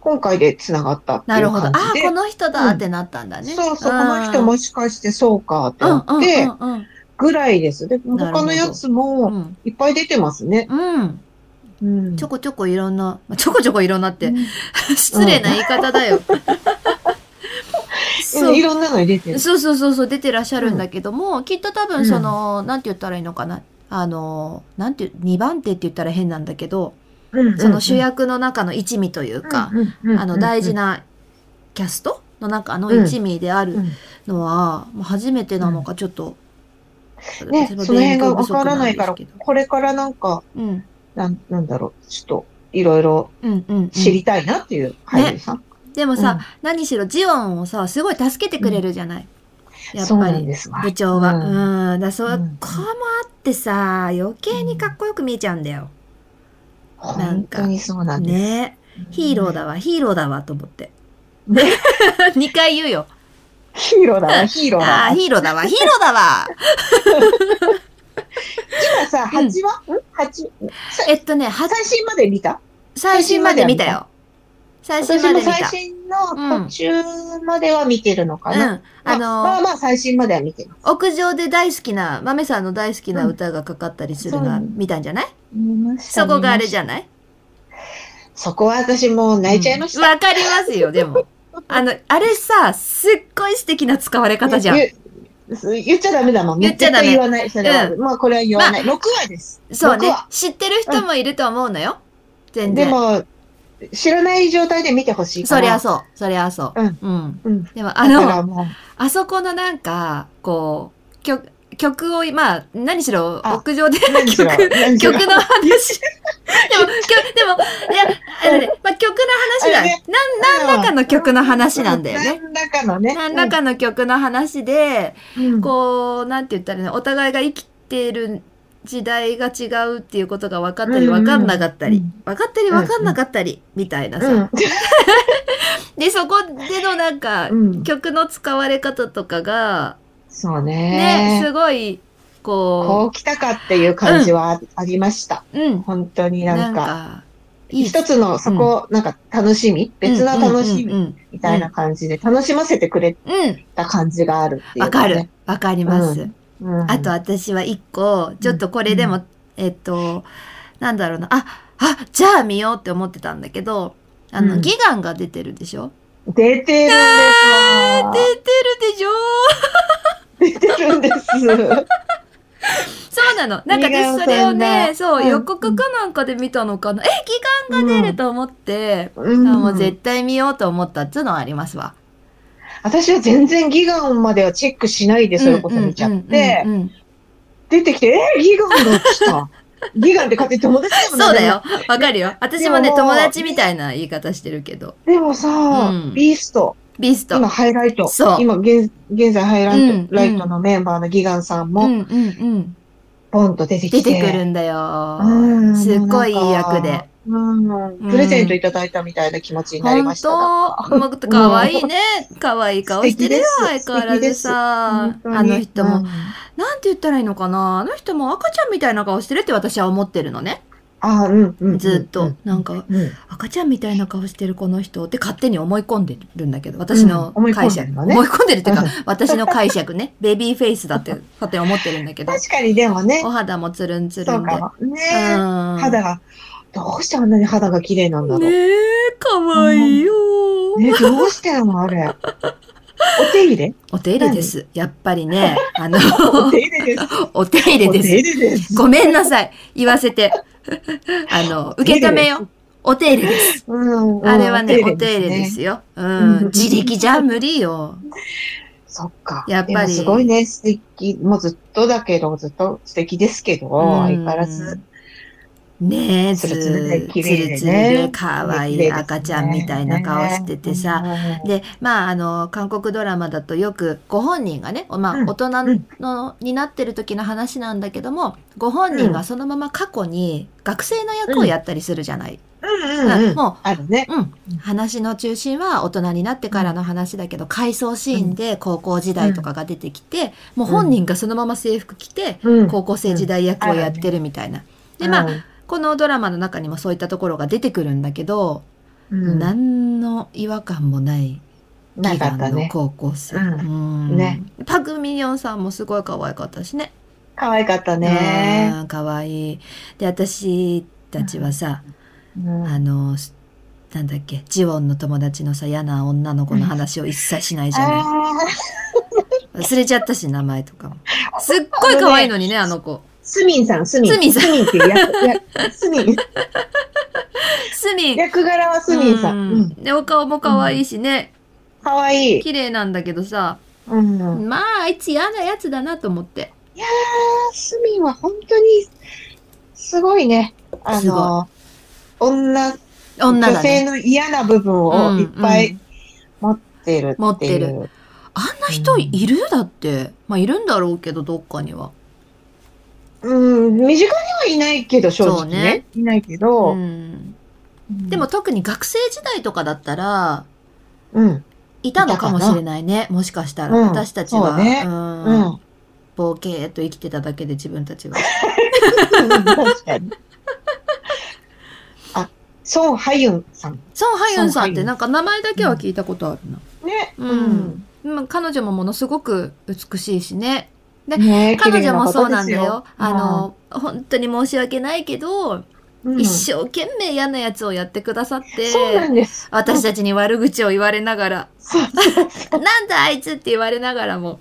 Speaker 2: 今回で繋がったってい
Speaker 1: なる
Speaker 2: う
Speaker 1: ほど。あ
Speaker 2: 感
Speaker 1: あ
Speaker 2: じ
Speaker 1: ー、
Speaker 2: で
Speaker 1: こ。の人だってなったんだね。
Speaker 2: そうそう、こ
Speaker 1: ん
Speaker 2: の人もしかしてそうかって
Speaker 1: うん
Speaker 2: 思
Speaker 1: うんうん
Speaker 2: って、
Speaker 1: うん
Speaker 2: ぐらいです。で、
Speaker 1: ほど
Speaker 2: 他のやつ
Speaker 1: う
Speaker 2: も
Speaker 1: ん。
Speaker 2: いっぱい出てますね。
Speaker 1: うん。
Speaker 2: うん
Speaker 1: ちょこちょこいろんな、まあちょこちょこいろんなって、 失礼な言い方だよ。
Speaker 2: う
Speaker 1: そ
Speaker 2: ん、
Speaker 1: う
Speaker 2: いろんなのに出てる。
Speaker 1: そうそうそうそう出てらっしゃるんだけども、きっと多分その、なんて言ったらいいのかなあのなんて2番手って言ったら変なんだけどその主役の中の一味というか、あの大事
Speaker 2: な。
Speaker 1: なキャストの中の一味であ
Speaker 2: う
Speaker 1: る
Speaker 2: ん
Speaker 1: のは、もう初めてなのかちょっと、
Speaker 2: ね、
Speaker 1: 私は
Speaker 2: その辺
Speaker 1: 勉
Speaker 2: が
Speaker 1: 強
Speaker 2: わ
Speaker 1: 不足
Speaker 2: からないか
Speaker 1: ん
Speaker 2: ら、
Speaker 1: ですけど
Speaker 2: これからなんか、
Speaker 1: うん
Speaker 2: なんなんだろう、ちょっと、いろいろ
Speaker 1: うんうんうん
Speaker 2: 知りたいなっていう俳優さん。
Speaker 1: でもさ、何しろジオンをさすごい助けてくれるじゃない、やっ
Speaker 2: そう
Speaker 1: ぱ
Speaker 2: なん
Speaker 1: り
Speaker 2: ですわ。
Speaker 1: 部長は、
Speaker 2: う
Speaker 1: うん、だそうこ
Speaker 2: ん
Speaker 1: もあってさ余計にかっこよく見えちゃうんだよ、
Speaker 2: 本当にそうなんです。
Speaker 1: ねヒーローだわヒーローだわと思って
Speaker 2: ね
Speaker 1: 2回言うよ
Speaker 2: ヒーローだわ、ヒーローだ
Speaker 1: あ
Speaker 2: わ
Speaker 1: あ。ヒーローだわヒーローだ わ
Speaker 2: 今さ、
Speaker 1: うん
Speaker 2: 8話、ん、八
Speaker 1: えっとねは
Speaker 2: 最新まで見た
Speaker 1: 最新まで見たよ最新
Speaker 2: 私
Speaker 1: ま
Speaker 2: も
Speaker 1: で見
Speaker 2: 最
Speaker 1: た
Speaker 2: 新の途中までは見てるのか
Speaker 1: う
Speaker 2: な。
Speaker 1: んあの
Speaker 2: まあまあ最新までは見てます。
Speaker 1: 屋上で大好きな、マメさんの大好きな歌がかかったりするのは
Speaker 2: うん
Speaker 1: 見たんじゃない、そこがあれじゃない
Speaker 2: そこは私もう泣いちゃいまし
Speaker 1: うん
Speaker 2: た。
Speaker 1: わ、かりますよ、でも。あの、あれさ、すっごい素敵な使われ方じゃん。
Speaker 2: ゆ言っちゃダメだもんね。
Speaker 1: 言っちゃダメ
Speaker 2: 絶対言わない。それは、
Speaker 1: う
Speaker 2: まあこれは言わない。六6話です。
Speaker 1: そう
Speaker 2: 6
Speaker 1: ね
Speaker 2: 話。
Speaker 1: 知ってる人もいると思うのよ。全
Speaker 2: で
Speaker 1: 然。
Speaker 2: も、知らない状態で見てほしいか
Speaker 1: そ
Speaker 2: ら。
Speaker 1: りゃそう。そりゃそう。
Speaker 2: うん。
Speaker 1: うん。
Speaker 2: うん。
Speaker 1: でも、あ
Speaker 2: だから
Speaker 1: の、
Speaker 2: もう、
Speaker 1: あそこのなんか、こう、曲、曲を、まあ、何しろ、
Speaker 2: あ
Speaker 1: 屋 上で
Speaker 2: 何しろ
Speaker 1: 曲、
Speaker 2: 何しろ
Speaker 1: 曲の話。でも、曲、でも、いや、あのね、まあ、曲の話
Speaker 2: あ
Speaker 1: だ
Speaker 2: れね。
Speaker 1: なん、何らかの曲の話なんだよね。
Speaker 2: 何らかのね。
Speaker 1: 何らかの曲の話で、
Speaker 2: うん
Speaker 1: こう、なんて言ったらいいのお互いが生きてる時代が違うっていうことが分かったり
Speaker 2: うんう
Speaker 1: 分
Speaker 2: ん
Speaker 1: かんなかったり、
Speaker 2: うん
Speaker 1: 分かったり分かんなかったり、みたいなさ、
Speaker 2: うん
Speaker 1: で、そこでのなんか、
Speaker 2: うん
Speaker 1: 曲の使われ方とかが、
Speaker 2: そう
Speaker 1: ね、
Speaker 2: ね。
Speaker 1: すごい、
Speaker 2: こ
Speaker 1: こ
Speaker 2: う来たかっていう感じはありました。
Speaker 1: う、うん、
Speaker 2: 本当になんか、
Speaker 1: いい
Speaker 2: 一つのそこ、なんか楽しみ、別の楽しみ
Speaker 1: み。
Speaker 2: みたいな感じで楽しませてくれ
Speaker 1: うん、うん
Speaker 2: た感じがあるっていう
Speaker 1: わか
Speaker 2: ね
Speaker 1: る。。わかります。
Speaker 2: うん
Speaker 1: あと、私は一個、ちょっとこれでも、
Speaker 2: う
Speaker 1: えっと、なんだろうな、あ、あ、じゃあ見ようって思ってたんだけど、あの、
Speaker 2: うん
Speaker 1: ギガンが出てるでしょ
Speaker 2: 出てるん
Speaker 1: 出てるでしょ
Speaker 2: ですよ。出てるんです。
Speaker 1: そうなの。なんか
Speaker 2: ギ
Speaker 1: ね、
Speaker 2: ガンさんが
Speaker 1: それをね、そう、
Speaker 2: うん
Speaker 1: 予告かなんかで見たのかな。え、ギガンが出ると思って、
Speaker 2: うん
Speaker 1: あもう絶対見ようと思ったっていうのはありますわ。
Speaker 2: 私は全然ギガンまではチェックしないで、それこそ見ちゃって
Speaker 1: うん、うんうんうん
Speaker 2: 出てきて、えー、ギガンが来 た。ギガンって勝手に友達だもんね
Speaker 1: そうだよ。わかるよ。私もね、
Speaker 2: でも
Speaker 1: 友達みたいな言い方してるけど。
Speaker 2: でもさ、
Speaker 1: うん
Speaker 2: ビースト、
Speaker 1: ビースト。
Speaker 2: 今ハイライト、
Speaker 1: そう
Speaker 2: 今現現在ハイライト,、
Speaker 1: うん
Speaker 2: ライトのメンバーのギガンさん
Speaker 1: う
Speaker 2: も、
Speaker 1: んうんうん。
Speaker 2: ポンと出てきて。
Speaker 1: 出てくるんだよ
Speaker 2: う。ん
Speaker 1: すっごいいい役
Speaker 2: なん
Speaker 1: で
Speaker 2: か。うん。プレゼントいただいたみたいな気持ちになりま
Speaker 1: 本
Speaker 2: した。
Speaker 1: 当もうかわいいね。かわいい顔してるよ、
Speaker 2: 素敵
Speaker 1: 相
Speaker 2: です
Speaker 1: 変わらずさ
Speaker 2: 本。当に
Speaker 1: あの人
Speaker 2: う
Speaker 1: も。
Speaker 2: ん
Speaker 1: なんて言ったらいいのかなあの人も赤ちゃんみたいな顔してるって私は思ってるのね。
Speaker 2: あ、うん、うん。
Speaker 1: ずっと。なん
Speaker 2: か、
Speaker 1: か、
Speaker 2: うん
Speaker 1: 赤ちゃんみたいな顔してるこの人って勝手に思い込んでるんだけど、私の
Speaker 2: うん思い込ん
Speaker 1: 解
Speaker 2: で
Speaker 1: 釈。
Speaker 2: るのね
Speaker 1: 思い込んでるっていうか
Speaker 2: うん、
Speaker 1: 私の解釈ね。ベビーフェイスだって勝手に思ってるんだけど。
Speaker 2: 確かにでもね
Speaker 1: お、肌もつるんつる
Speaker 2: そうん
Speaker 1: で。
Speaker 2: かも。ねえ、
Speaker 1: うん
Speaker 2: 肌が、どうしてあんなに肌が綺麗なんだろう。
Speaker 1: ね
Speaker 2: ね
Speaker 1: え、かわいいよ。
Speaker 2: どうしてなのあ れ。お手入れ
Speaker 1: お手入れです。やっぱりね、 あ の、
Speaker 2: お手入れです。
Speaker 1: お手入れ
Speaker 2: お手入
Speaker 1: で。
Speaker 2: れですす。
Speaker 1: ごめんなさい。言わせて。 あの、受け止めよう。お手入れです。
Speaker 2: うんうん
Speaker 1: あれはね、お
Speaker 2: お
Speaker 1: 手
Speaker 2: 手
Speaker 1: 入
Speaker 2: 入
Speaker 1: れ
Speaker 2: れ
Speaker 1: で
Speaker 2: です
Speaker 1: すよ。うん。
Speaker 2: うん
Speaker 1: 自力じゃ無理よ。
Speaker 2: そっか。
Speaker 1: やっぱり
Speaker 2: でもすごいね、素敵。もうずっとだけど、ずっと素敵ですけど、相変わらず。
Speaker 1: うん。ねえ、ず
Speaker 2: つ
Speaker 1: る
Speaker 2: る
Speaker 1: つ
Speaker 2: つ
Speaker 1: る
Speaker 2: るで綺麗でね
Speaker 1: で可愛い
Speaker 2: 綺麗ですね
Speaker 1: 赤ちゃんみたいな顔しててさ、
Speaker 2: ね
Speaker 1: でまああの韓国ドラマだとよくご本人がね、まあ
Speaker 2: う、ん
Speaker 1: 大人の、になってる時の話なんだけどもご本人がそのまま過去に学生の役をやったりするじゃない。
Speaker 2: うんうんうん。
Speaker 1: もう
Speaker 2: あるね。
Speaker 1: うん、話の中心は大人になってからの話だけど回想シーンで高校時代とかが出てきて、もう本人がそのまま制服着て
Speaker 2: うん
Speaker 1: 高校生時代役をやってるみたいな。でまあ、このドラマの中にもそういったところが出てくるんだけど、
Speaker 2: うん
Speaker 1: 何の違和感もない
Speaker 2: なかった
Speaker 1: ギガンの
Speaker 2: ね。
Speaker 1: 高校生。
Speaker 2: う
Speaker 1: うん
Speaker 2: ね
Speaker 1: パクミニョンさんもすごい可愛かったしね。
Speaker 2: 可愛かったね。
Speaker 1: うん可愛い。で、私たちはさ、
Speaker 2: うん
Speaker 1: あの、すなんだっけ、ジオンの友達のさ、嫌な女の子の話を一切しないじゃない。
Speaker 2: あー
Speaker 1: 忘れちゃったし、名前とかも。すっごい可愛いのにね、あの子。
Speaker 2: スミンさん、スミン。
Speaker 1: スミンさん
Speaker 2: スミンっていう役や、スミ ン。
Speaker 1: スミン。
Speaker 2: 役柄はスミンさん。
Speaker 1: う
Speaker 2: うんん。
Speaker 1: で、お顔も可愛いしね、
Speaker 2: かわいい。
Speaker 1: 綺麗なんだけどさ、
Speaker 2: うん。い
Speaker 1: まあ、あいつ嫌なやつだなと思って。
Speaker 2: やー、スミンは本当に、すごいね。あ
Speaker 1: す
Speaker 2: の
Speaker 1: ご、
Speaker 2: 女、
Speaker 1: 女
Speaker 2: 女
Speaker 1: だ
Speaker 2: 性
Speaker 1: ね。
Speaker 2: の嫌な部分
Speaker 1: う
Speaker 2: を
Speaker 1: ん
Speaker 2: いっぱ
Speaker 1: う
Speaker 2: い
Speaker 1: ん
Speaker 2: 持ってるっていう。
Speaker 1: 持ってるあんな人いるだって。まあ、いるんだろうけど、どっかには。
Speaker 2: うん、身近にはいないけど、正
Speaker 1: そう
Speaker 2: 直
Speaker 1: ね
Speaker 2: ね。いないけ
Speaker 1: う
Speaker 2: ど。
Speaker 1: ん。
Speaker 2: うん
Speaker 1: でも、特に学生時代とかだったら、
Speaker 2: うん。
Speaker 1: いたのかもしれないね。もしかしたら、
Speaker 2: うん
Speaker 1: 私たちは。
Speaker 2: そうねう
Speaker 1: うん
Speaker 2: ん。
Speaker 1: ぼけーっと生きてただけで自分たちは。
Speaker 2: 確かに。あ、ソン・ハユンさん。
Speaker 1: ソン・ハユンさんって
Speaker 2: ソンハユン
Speaker 1: なんか名前だけは聞いたことあるな。
Speaker 2: ね。
Speaker 1: うん。まあ彼女もものすごく美しいしね。で
Speaker 2: ね
Speaker 1: 彼女もそうなんだよ。あ、
Speaker 2: 綺麗な方
Speaker 1: の、本当に申し訳ないけど、
Speaker 2: ですうん
Speaker 1: 一生懸命嫌なやつをやってくださっ
Speaker 2: そうな
Speaker 1: て、
Speaker 2: んです。
Speaker 1: 私たちに悪口を言われながら、
Speaker 2: そうそうそう
Speaker 1: なんだあいつって言われながらも、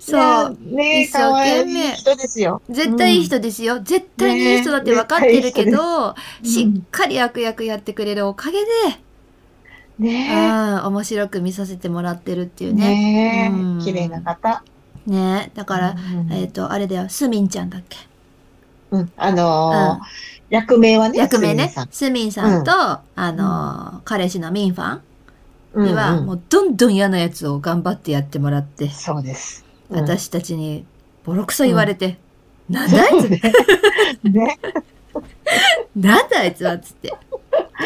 Speaker 1: そう。
Speaker 2: ねえ、
Speaker 1: 一生
Speaker 2: 可
Speaker 1: 懸
Speaker 2: 愛
Speaker 1: 命
Speaker 2: い人ですよ。
Speaker 1: 絶対いい人ですよ。絶対にいい人だって分かってるけど、
Speaker 2: ね
Speaker 1: しっかり悪役やってくれるおかげで、
Speaker 2: ね
Speaker 1: うん、面白く見させてもらってるってい
Speaker 2: え。
Speaker 1: うね。
Speaker 2: ね
Speaker 1: うん
Speaker 2: え。綺麗な方。
Speaker 1: ねだから、
Speaker 2: うん
Speaker 1: えっ、と、あれだよ、スミンちゃんだっけ。
Speaker 2: うん。あのー、役名はね、
Speaker 1: 役名
Speaker 2: スミ
Speaker 1: ね
Speaker 2: ンさん。
Speaker 1: スミンさんと、あのー、彼氏のミンファン
Speaker 2: うんう
Speaker 1: に
Speaker 2: ん
Speaker 1: は、もうどんどん嫌なやつを頑張ってやってもらって、
Speaker 2: そうです。うん
Speaker 1: 私たちにボロクソ言われて、なんだあいつ、
Speaker 2: ね、
Speaker 1: なんだあいつはっつ って。で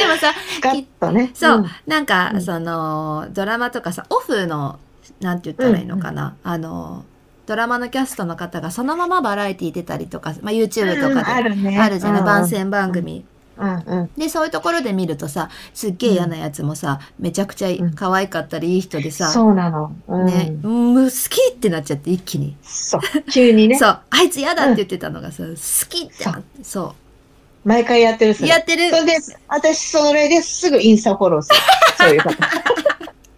Speaker 1: もさ、
Speaker 2: スカッとね。
Speaker 1: そう、
Speaker 2: ん。
Speaker 1: なんか、
Speaker 2: うん
Speaker 1: そのドラマとかさオフのなんて言ったらいいのかな、あのドラマのキャストの方がそのままバラエティ出たりとか、まあ、YouTube と
Speaker 2: うん
Speaker 1: か
Speaker 2: あ
Speaker 1: で
Speaker 2: るね。
Speaker 1: あるじゃない、
Speaker 2: うん
Speaker 1: 番。宣番組、
Speaker 2: うんうん。
Speaker 1: でそういうところで見るとさすっげえ嫌なやつもさめちゃくちゃ
Speaker 2: うん
Speaker 1: 可愛かったりいい人でさ、
Speaker 2: そうなの。うん
Speaker 1: ね、うん、好きってなっちゃって一気に、
Speaker 2: そう。急にね。
Speaker 1: そうあいつ嫌だって言ってたのがさ、好きってなってそ
Speaker 2: 毎回やってる
Speaker 1: う
Speaker 2: それ
Speaker 1: やってる
Speaker 2: それで、私、それですぐインスタフォローす る。そういう方。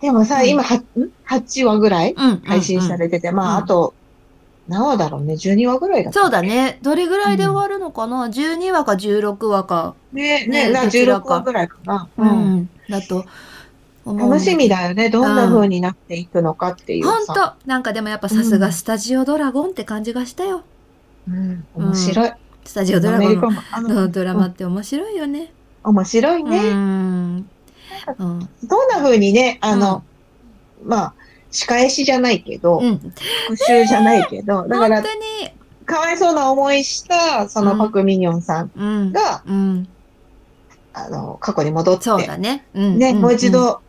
Speaker 2: でも
Speaker 1: う
Speaker 2: さ、
Speaker 1: ん
Speaker 2: 今、はん8話ぐらい
Speaker 1: うんうんうん
Speaker 2: 配信されてて、まあ、
Speaker 1: うん
Speaker 2: あと、何話だろうね。12話ぐらいだった
Speaker 1: そうだねどれぐらいで終わるのかな、12話か16話か
Speaker 2: ね。
Speaker 1: ね
Speaker 2: ね、な
Speaker 1: どちら
Speaker 2: 16
Speaker 1: か
Speaker 2: 話ぐらいかな。
Speaker 1: う
Speaker 2: うん
Speaker 1: ん、だと思う。
Speaker 2: 楽しみだよね。どんな風になっていくのかっていう
Speaker 1: ほん
Speaker 2: さ。
Speaker 1: となんかでもやっぱさすがスタジオドラゴンって感じがしたよ。
Speaker 2: うん。面白い。
Speaker 1: スタジオド
Speaker 2: ア
Speaker 1: ラ
Speaker 2: メ
Speaker 1: ゴ
Speaker 2: リ
Speaker 1: ン
Speaker 2: カも、あの、
Speaker 1: のドラマって面白いよね。
Speaker 2: 面白いうね。
Speaker 1: ん。うん。
Speaker 2: どんな風にね、あの、まあ、仕返しじゃないけど、
Speaker 1: うん
Speaker 2: 復讐じゃないけど、だか
Speaker 1: 本
Speaker 2: ら、
Speaker 1: 当に。
Speaker 2: かわいそうな思いした、そのパクミニョンさん
Speaker 1: うん。
Speaker 2: が、
Speaker 1: うん。
Speaker 2: あの、過去に戻って、
Speaker 1: そうだね。うん。
Speaker 2: ね、
Speaker 1: ん
Speaker 2: もう一。度、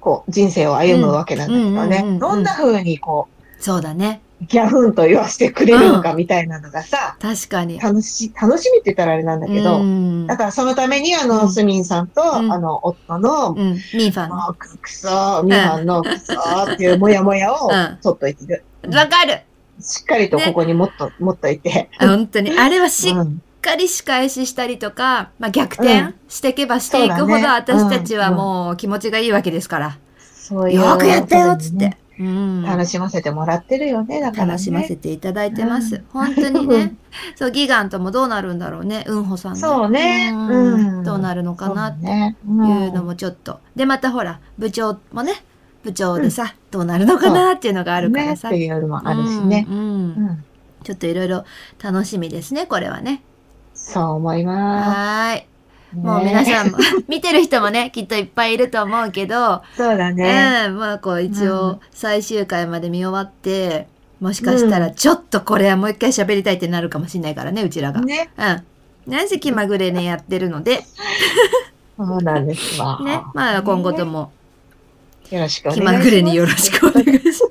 Speaker 2: こう、人生を歩むわけなんだけど
Speaker 1: うんうんうんう
Speaker 2: ね
Speaker 1: ん、
Speaker 2: どんな風にこ
Speaker 1: そうだね。
Speaker 2: う、ギャフンと言わせてくれるのかみたいなのがさ、
Speaker 1: 確かに。
Speaker 2: 楽し、楽しみって言ったらあれなんだけ
Speaker 1: う
Speaker 2: ど、
Speaker 1: ん。
Speaker 2: だからそのためにあ
Speaker 1: う
Speaker 2: の、
Speaker 1: ん
Speaker 2: スミンさんと、
Speaker 1: ん
Speaker 2: あの、夫の、
Speaker 1: うん。ミーファンの。
Speaker 2: もうくくそ、ミハンのくそーっていうモヤモヤを
Speaker 1: うん
Speaker 2: 取っといてる。
Speaker 1: わかる
Speaker 2: しっかりとここにもっと、持っといて。
Speaker 1: 本当に。あれはし
Speaker 2: う
Speaker 1: っ
Speaker 2: ん
Speaker 1: かり仕返ししたりとか、まあ、逆転していけばしていくほ
Speaker 2: そう
Speaker 1: ど
Speaker 2: だね
Speaker 1: 私たちは
Speaker 2: うん
Speaker 1: もう気持ちがいいわけですから。
Speaker 2: そういう
Speaker 1: よくやったよっつっ
Speaker 2: ね
Speaker 1: て。。うん
Speaker 2: 楽しませてもらってるよね、だから、ね。
Speaker 1: 楽しませていただいてます。
Speaker 2: うん
Speaker 1: 本当に
Speaker 2: う
Speaker 1: ね
Speaker 2: ん。
Speaker 1: そう、ギガンともどうなるんだろうね。うんほさんね
Speaker 2: そうね
Speaker 1: うん
Speaker 2: うん
Speaker 1: どうなるのかなってい
Speaker 2: ね。う
Speaker 1: うのもちょっと。で、またほら、部長もね、部長でさ、どうなるのかなっていうのがあ
Speaker 2: あ
Speaker 1: るからさ。
Speaker 2: ね、っていうのもあるしね。
Speaker 1: うん
Speaker 2: う
Speaker 1: うん
Speaker 2: ん、
Speaker 1: ちょっといろいろ楽しみですね、これはね。
Speaker 2: そう思いま
Speaker 1: はーい。
Speaker 2: す。
Speaker 1: もう
Speaker 2: ね
Speaker 1: 皆さんも、 見てる人もね、きっといっぱいいると思うけど、
Speaker 2: そうだね。
Speaker 1: うん、まあこう一
Speaker 2: う
Speaker 1: 応
Speaker 2: ん
Speaker 1: 最終回まで見終わって、もしかしたらちょっとこれはもう一回喋りたいってなるかもしれないからね、うちらが。
Speaker 2: ね。
Speaker 1: うん。なぜ気まぐれねやってるので、ね、
Speaker 2: そうなんですわ。
Speaker 1: まあ今後とも
Speaker 2: よろしくお願い
Speaker 1: 気
Speaker 2: します。
Speaker 1: まぐれによろしくお願いします。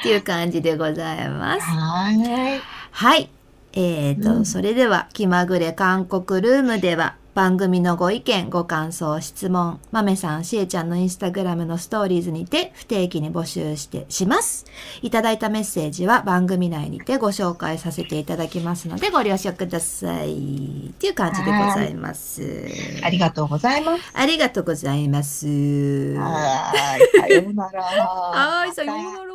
Speaker 1: っていう感じでございます。
Speaker 2: はーい。
Speaker 1: はい。えーと、
Speaker 2: うん
Speaker 1: それでは、気まぐれ韓国ルームでは、番組のご意見、ご感想、質問、まめさん、しえちゃんのインスタグラムのストーリーズにて不定期に募集してします。いただいたメッセージは番組内にてご紹介させていただきますのでご了承ください。っていう感じでございます。
Speaker 2: ありがとうございます。
Speaker 1: ありがとうございます。
Speaker 2: はーい。さような ら。
Speaker 1: はい、さようなら。